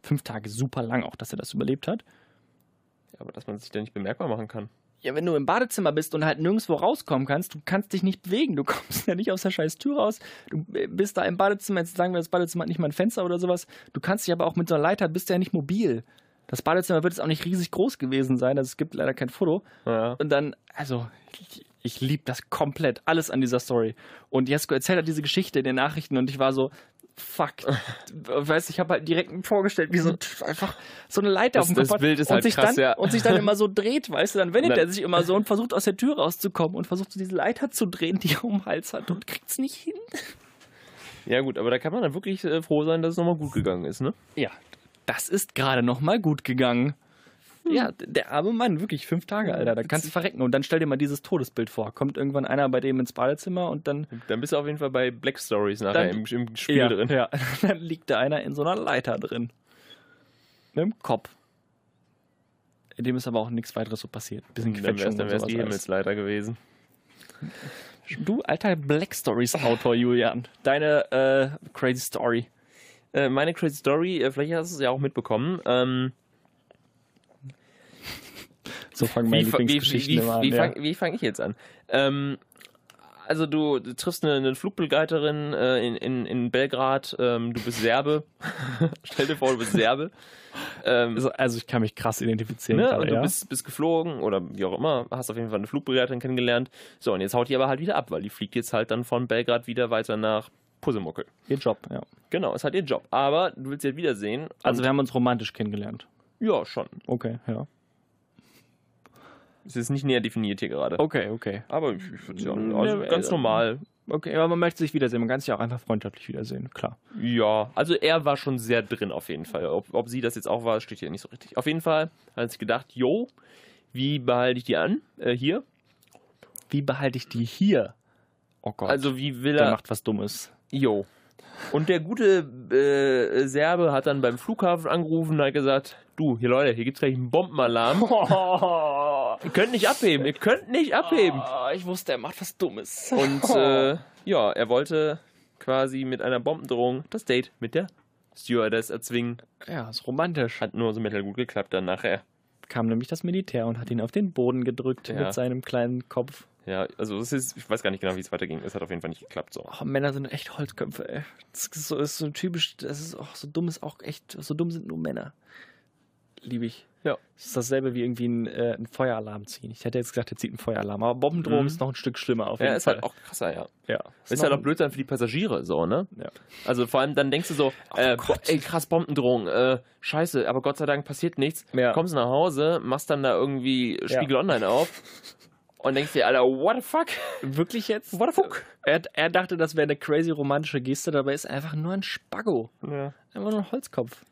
[SPEAKER 1] Fünf Tage super lang auch, dass er das überlebt hat.
[SPEAKER 2] Ja, aber dass man sich da nicht bemerkbar machen kann.
[SPEAKER 1] Ja, wenn du im Badezimmer bist und halt nirgendwo rauskommen kannst, du kannst dich nicht bewegen. Du (laughs) kommst ja nicht aus der scheiß Tür raus. Du bist da im Badezimmer. Jetzt sagen wir, das Badezimmer hat nicht mal ein Fenster oder sowas. Du kannst dich aber auch mit so einer Leiter, bist ja nicht mobil. Das Badezimmer wird jetzt auch nicht riesig groß gewesen sein. Also es gibt leider kein Foto.
[SPEAKER 2] Ja.
[SPEAKER 1] Und dann, also, ich, ich liebe das komplett, alles an dieser Story. Und Jesko erzählt halt diese Geschichte in den Nachrichten und ich war so,
[SPEAKER 2] (laughs)
[SPEAKER 1] fuck. weißt ich habe halt direkt mir vorgestellt, wie so ein Typ einfach so eine Leiter
[SPEAKER 2] Das-
[SPEAKER 1] auf dem Kopf
[SPEAKER 2] das
[SPEAKER 1] hat
[SPEAKER 2] Bild ist
[SPEAKER 1] und,
[SPEAKER 2] halt
[SPEAKER 1] sich
[SPEAKER 2] krass,
[SPEAKER 1] dann,
[SPEAKER 2] ja.
[SPEAKER 1] und sich dann immer so dreht, weißt du, dann wendet
[SPEAKER 2] Dann-
[SPEAKER 1] er sich immer so und versucht aus der Tür rauszukommen und versucht so diese Leiter zu drehen, die er um den Hals hat und kriegt's nicht hin.
[SPEAKER 2] ja, gut, aber da kann man dann wirklich äh, froh sein, dass es nochmal gut gegangen ist, ne?
[SPEAKER 1] Ja, das ist gerade noch mal gut gegangen.
[SPEAKER 2] Hm.
[SPEAKER 1] Ja, d- der arme Mann, wirklich fünf Tage, Alter, da kannst du verrecken. Und dann stell dir mal dieses Todesbild vor. Kommt irgendwann einer bei dem ins Badezimmer und dann
[SPEAKER 2] Dann bist du auf jeden Fall bei Black Stories nachher
[SPEAKER 1] Dann-
[SPEAKER 2] im, im Spiel
[SPEAKER 1] ja,
[SPEAKER 2] drin.
[SPEAKER 1] Ja, (laughs) dann liegt da einer in so einer Leiter drin. Mit dem Kopf. Dem ist aber auch nichts weiteres so passiert. Bisschen
[SPEAKER 2] Dann wär's,
[SPEAKER 1] Quetschung
[SPEAKER 2] dann
[SPEAKER 1] und
[SPEAKER 2] wär's die
[SPEAKER 1] sowas
[SPEAKER 2] Himmelsleiter gewesen.
[SPEAKER 1] alles. Du alter Black Stories Autor, Julian. Deine äh, crazy Story.
[SPEAKER 2] Äh, meine Crazy Story, äh, vielleicht hast du es ja auch mitbekommen. Ähm,
[SPEAKER 1] So fangen
[SPEAKER 2] wie fa- wie, wie, wie, fang, wie fang ich jetzt an? Ähm, also du, du triffst eine, eine Flugbegleiterin äh, in, in, in Belgrad, ähm, du bist Serbe. (laughs) Stell dir vor, du bist Serbe. Ähm,
[SPEAKER 1] Also, also ich kann mich krass identifizieren.
[SPEAKER 2] Ne?
[SPEAKER 1] gerade,
[SPEAKER 2] Und du
[SPEAKER 1] ja?
[SPEAKER 2] bist, bist geflogen oder wie auch immer, hast auf jeden Fall eine Flugbegleiterin kennengelernt. So, und jetzt haut die aber halt wieder ab, weil die fliegt jetzt halt dann von Belgrad wieder weiter nach Pussemuckel.
[SPEAKER 1] Ihr Job, ja.
[SPEAKER 2] Genau, ist halt ihr Job. Aber du willst sie halt wiedersehen. Und-
[SPEAKER 1] Also wir haben uns romantisch kennengelernt.
[SPEAKER 2] ja, schon.
[SPEAKER 1] Okay, ja.
[SPEAKER 2] Es ist nicht näher definiert hier gerade.
[SPEAKER 1] Okay, okay.
[SPEAKER 2] Aber ich, ich würd's ja,
[SPEAKER 1] Ne,
[SPEAKER 2] also ganz
[SPEAKER 1] also-
[SPEAKER 2] normal.
[SPEAKER 1] Okay, aber man möchte sich wiedersehen. Man kann sich auch einfach freundschaftlich wiedersehen, klar.
[SPEAKER 2] Ja, also er war schon sehr drin auf jeden Fall. Ob, ob sie das jetzt auch war, steht hier nicht so richtig. Auf jeden Fall hat sich gedacht, yo, wie behalte ich die an? Äh, hier.
[SPEAKER 1] Wie behalte ich die hier? Oh Gott,
[SPEAKER 2] Also wie will
[SPEAKER 1] der
[SPEAKER 2] er...
[SPEAKER 1] macht was Dummes.
[SPEAKER 2] Jo. Und der gute äh, Serbe hat dann beim Flughafen angerufen und hat gesagt, du, hier Leute, hier gibt's gleich einen
[SPEAKER 1] (laughs)
[SPEAKER 2] Bombenalarm. Ihr könnt nicht abheben, ihr könnt nicht abheben.
[SPEAKER 1] Ah, ich wusste, er macht was Dummes. (laughs)
[SPEAKER 2] Und äh, ja, er wollte quasi mit einer Bombendrohung das Date mit der Stewardess erzwingen.
[SPEAKER 1] ja, ist romantisch.
[SPEAKER 2] Hat nur so mittelgut geklappt dann nachher.
[SPEAKER 1] Kam nämlich das Militär und hat ihn auf den Boden gedrückt
[SPEAKER 2] Ja.
[SPEAKER 1] mit seinem kleinen Kopf.
[SPEAKER 2] Ja, also es ist, ich weiß gar nicht genau, wie es weiterging. Es hat auf jeden Fall nicht geklappt so.
[SPEAKER 1] Oh, Männer sind echt Holzköpfe, ey. Das ist so, ist so typisch, das ist auch so dumm, ist auch echt, so dumm sind nur Männer. Liebe ich.
[SPEAKER 2] Ja.
[SPEAKER 1] Das ist dasselbe wie irgendwie ein, äh, ein Feueralarm ziehen. Ich hätte jetzt gesagt, er zieht einen Feueralarm, aber Bombendrohung
[SPEAKER 2] Mhm.
[SPEAKER 1] ist noch ein Stück schlimmer auf jeden
[SPEAKER 2] Ja, ist
[SPEAKER 1] Fall.
[SPEAKER 2] halt auch krasser, ja.
[SPEAKER 1] ja.
[SPEAKER 2] Ist
[SPEAKER 1] noch
[SPEAKER 2] halt auch
[SPEAKER 1] ein-
[SPEAKER 2] blöd dann für die Passagiere, so, ne?
[SPEAKER 1] Ja.
[SPEAKER 2] Also vor allem dann denkst du so, äh, ey, krass, Bombendrohung, äh, scheiße, aber Gott sei Dank passiert nichts.
[SPEAKER 1] Ja.
[SPEAKER 2] Kommst nach Hause, machst dann da irgendwie Spiegel Online auf und denkst dir, Alter, what the fuck?
[SPEAKER 1] Wirklich jetzt?
[SPEAKER 2] What the fuck?
[SPEAKER 1] Er, er dachte, das wäre eine crazy romantische Geste, dabei ist einfach nur ein Spaggo.
[SPEAKER 2] Ja,
[SPEAKER 1] Einfach nur ein Holzkopf.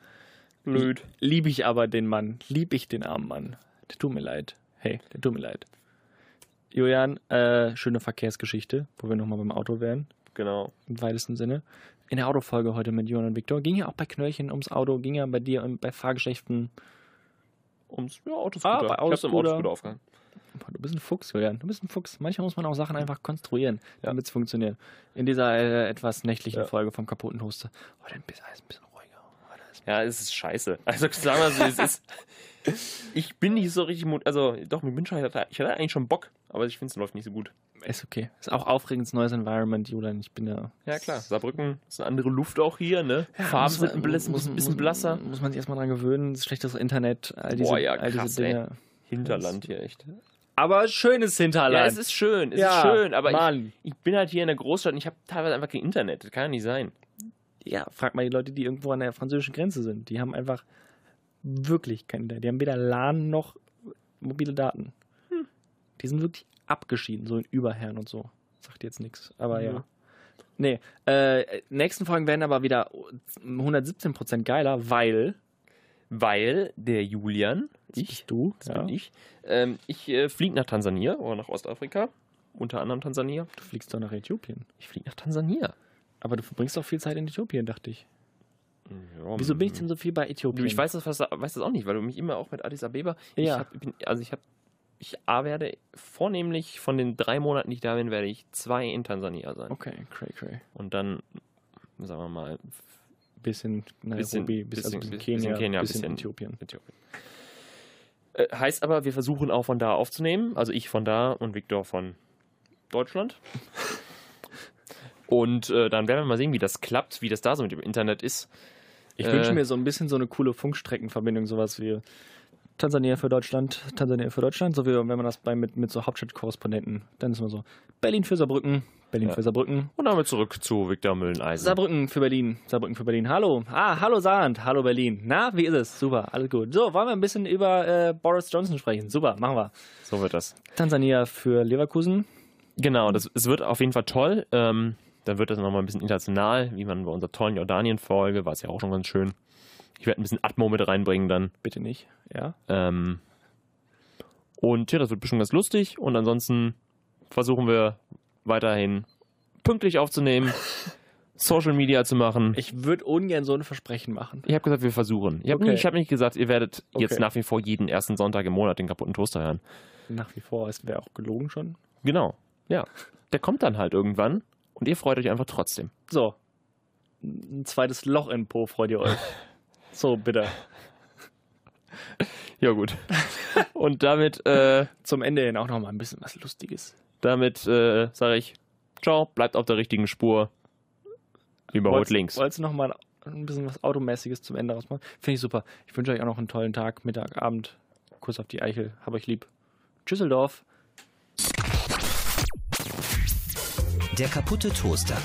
[SPEAKER 2] blöd.
[SPEAKER 1] Liebe ich aber den Mann. Liebe ich den armen Mann. Der tut mir leid. Hey, der tut mir leid. Julian, äh, schöne Verkehrsgeschichte, wo wir nochmal beim Auto wären,
[SPEAKER 2] Genau.
[SPEAKER 1] im weitesten Sinne. In der Autofolge heute mit Julian und Viktor ging ja auch bei Knöllchen ums Auto, ging ja bei dir und bei Fahrgeschäften.
[SPEAKER 2] Ums, ja, Autoscooter.
[SPEAKER 1] Ah, bei
[SPEAKER 2] ich hab's im
[SPEAKER 1] Autoscooter.
[SPEAKER 2] Autoscooter aufgehangen.
[SPEAKER 1] Boah, Du bist ein Fuchs, Julian. Du bist ein Fuchs. Manchmal muss man auch Sachen einfach konstruieren,
[SPEAKER 2] Ja.
[SPEAKER 1] damit es funktioniert. In dieser äh, etwas nächtlichen
[SPEAKER 2] Ja.
[SPEAKER 1] Folge vom kaputten Oh, Toaster. Heute ein bisschen, ein bisschen ruhiger. Oh, Heute ist-
[SPEAKER 2] Ja, es ist scheiße. Also sagen wir so, es ist. (laughs) Ich bin nicht so richtig mut. Also doch, mit Windscheid hatte ich hatte eigentlich schon Bock, aber ich finde es läuft nicht so gut.
[SPEAKER 1] Ist okay. Ist auch aufregendes neues Environment, Julian. Ich bin da
[SPEAKER 2] Ja, klar. Saarbrücken ist eine andere Luft auch hier, ne? Farben
[SPEAKER 1] Muss man-
[SPEAKER 2] sind ein bisschen,
[SPEAKER 1] muss-
[SPEAKER 2] bisschen blasser.
[SPEAKER 1] Muss man sich erstmal dran gewöhnen, schlechtes Internet, all diese,
[SPEAKER 2] Boah, ja,
[SPEAKER 1] all diese
[SPEAKER 2] krass, ey.
[SPEAKER 1] Dinge.
[SPEAKER 2] Hinterland hier echt.
[SPEAKER 1] Aber schönes Hinterland.
[SPEAKER 2] Ja, es ist schön, es
[SPEAKER 1] Ja,
[SPEAKER 2] ist schön, aber
[SPEAKER 1] Mann.
[SPEAKER 2] ich, ich bin halt hier in der Großstadt und ich habe teilweise einfach kein Internet. Das kann ja nicht sein.
[SPEAKER 1] ja, frag mal die Leute, die irgendwo an der französischen Grenze sind. Die haben einfach wirklich kein Internet. Die haben weder LAN noch
[SPEAKER 2] Hm.
[SPEAKER 1] mobile Daten. Die sind wirklich abgeschieden, so in Überherren und so. Das sagt jetzt nichts. Aber ja.
[SPEAKER 2] Ja.
[SPEAKER 1] Nee, äh, nächsten Folgen werden aber wieder 117% geiler, weil
[SPEAKER 2] Weil der Julian, ich,
[SPEAKER 1] du,
[SPEAKER 2] das bin ich, ähm, ich äh, fliege nach Tansania oder nach Ostafrika. Unter anderem Tansania.
[SPEAKER 1] Du fliegst doch nach Äthiopien.
[SPEAKER 2] Ich fliege nach Tansania.
[SPEAKER 1] Aber du verbringst auch viel Zeit in Äthiopien, dachte ich.
[SPEAKER 2] Ja,
[SPEAKER 1] Wieso bin ich denn so viel bei Äthiopien?
[SPEAKER 2] Du, Mm. ich weiß das, fast- weiß das auch nicht, weil du mich immer auch mit Addis Abeba. Ich
[SPEAKER 1] Ja.
[SPEAKER 2] hab, bin, also ich habe, ich A, werde vornehmlich von den drei Monaten, die ich da bin, werde ich zwei in Tansania sein.
[SPEAKER 1] Okay, cray, cray.
[SPEAKER 2] Und dann, sagen wir mal,
[SPEAKER 1] Bisschen Nairobi,
[SPEAKER 2] Bisschen-
[SPEAKER 1] bisschen, bis, also bisschen,
[SPEAKER 2] bisschen- bisschen
[SPEAKER 1] Kenia,
[SPEAKER 2] Kenia,
[SPEAKER 1] bisschen,
[SPEAKER 2] bisschen-
[SPEAKER 1] Äthiopien.
[SPEAKER 2] Äthiopien. Äh, heißt aber, wir versuchen auch von da aufzunehmen. Also ich von da und Viktor von
[SPEAKER 1] (laughs)
[SPEAKER 2] Deutschland. Und äh, dann werden wir mal sehen, wie das klappt, wie das da so mit dem Internet ist.
[SPEAKER 1] Ich
[SPEAKER 2] Äh,
[SPEAKER 1] wünsche mir so ein bisschen so eine coole Funkstreckenverbindung, sowas wie Tansania für Deutschland, Tansania für Deutschland, so wie wenn man das bei mit, mit so Hauptstadtkorrespondenten, dann ist man so Berlin für Saarbrücken, Berlin
[SPEAKER 2] Ja.
[SPEAKER 1] für Saarbrücken,
[SPEAKER 2] Und damit zurück zu Viktor Mülleneisen.
[SPEAKER 1] Saarbrücken für Berlin, Saarbrücken für Berlin. Hallo, ah, hallo Saarland, hallo Berlin. Na, wie ist es? Super, alles gut. So, wollen wir ein bisschen über äh, Boris Johnson sprechen? Super, machen wir.
[SPEAKER 2] So wird das.
[SPEAKER 1] Tansania für Leverkusen.
[SPEAKER 2] Genau, das, es wird auf jeden Fall toll. Ähm, dann wird das nochmal ein bisschen international, wie man bei unserer tollen Jordanien-Folge, war es ja auch schon ganz schön. Ich werde ein bisschen Atmo mit reinbringen dann.
[SPEAKER 1] Bitte nicht, ja.
[SPEAKER 2] Ähm, und ja, das wird bestimmt ganz lustig. Und ansonsten versuchen wir weiterhin
[SPEAKER 1] (laughs)
[SPEAKER 2] pünktlich aufzunehmen, Social Media zu machen. Ich,
[SPEAKER 1] Ich würde ungern so ein Versprechen machen.
[SPEAKER 2] habe gesagt, wir versuchen. Ich habe
[SPEAKER 1] Okay.
[SPEAKER 2] nicht, ich hab nicht gesagt, ihr werdet jetzt
[SPEAKER 1] Okay.
[SPEAKER 2] nach wie vor jeden ersten Sonntag im Monat den kaputten Toaster hören.
[SPEAKER 1] Nach wie vor, es wäre auch gelogen schon.
[SPEAKER 2] Genau, ja. Der kommt dann halt irgendwann und ihr freut euch einfach trotzdem.
[SPEAKER 1] So. Ein zweites Loch im Po, freut ihr
[SPEAKER 2] (laughs)
[SPEAKER 1] euch. So, bitte.
[SPEAKER 2] Ja, gut. und damit, äh,
[SPEAKER 1] Zum Ende hin auch noch mal ein bisschen was Lustiges.
[SPEAKER 2] damit äh, sage ich, ciao, bleibt auf der richtigen Spur. Überholt
[SPEAKER 1] Wolltest-
[SPEAKER 2] links.
[SPEAKER 1] Wolltest du noch mal ein bisschen was Automäßiges zum Ende rausmachen? Finde ich super. Ich wünsche euch auch noch einen tollen Tag, Mittag, Abend. Kuss auf die Eichel. Hab euch lieb. Tschüsseldorf.
[SPEAKER 3] Der kaputte Toaster.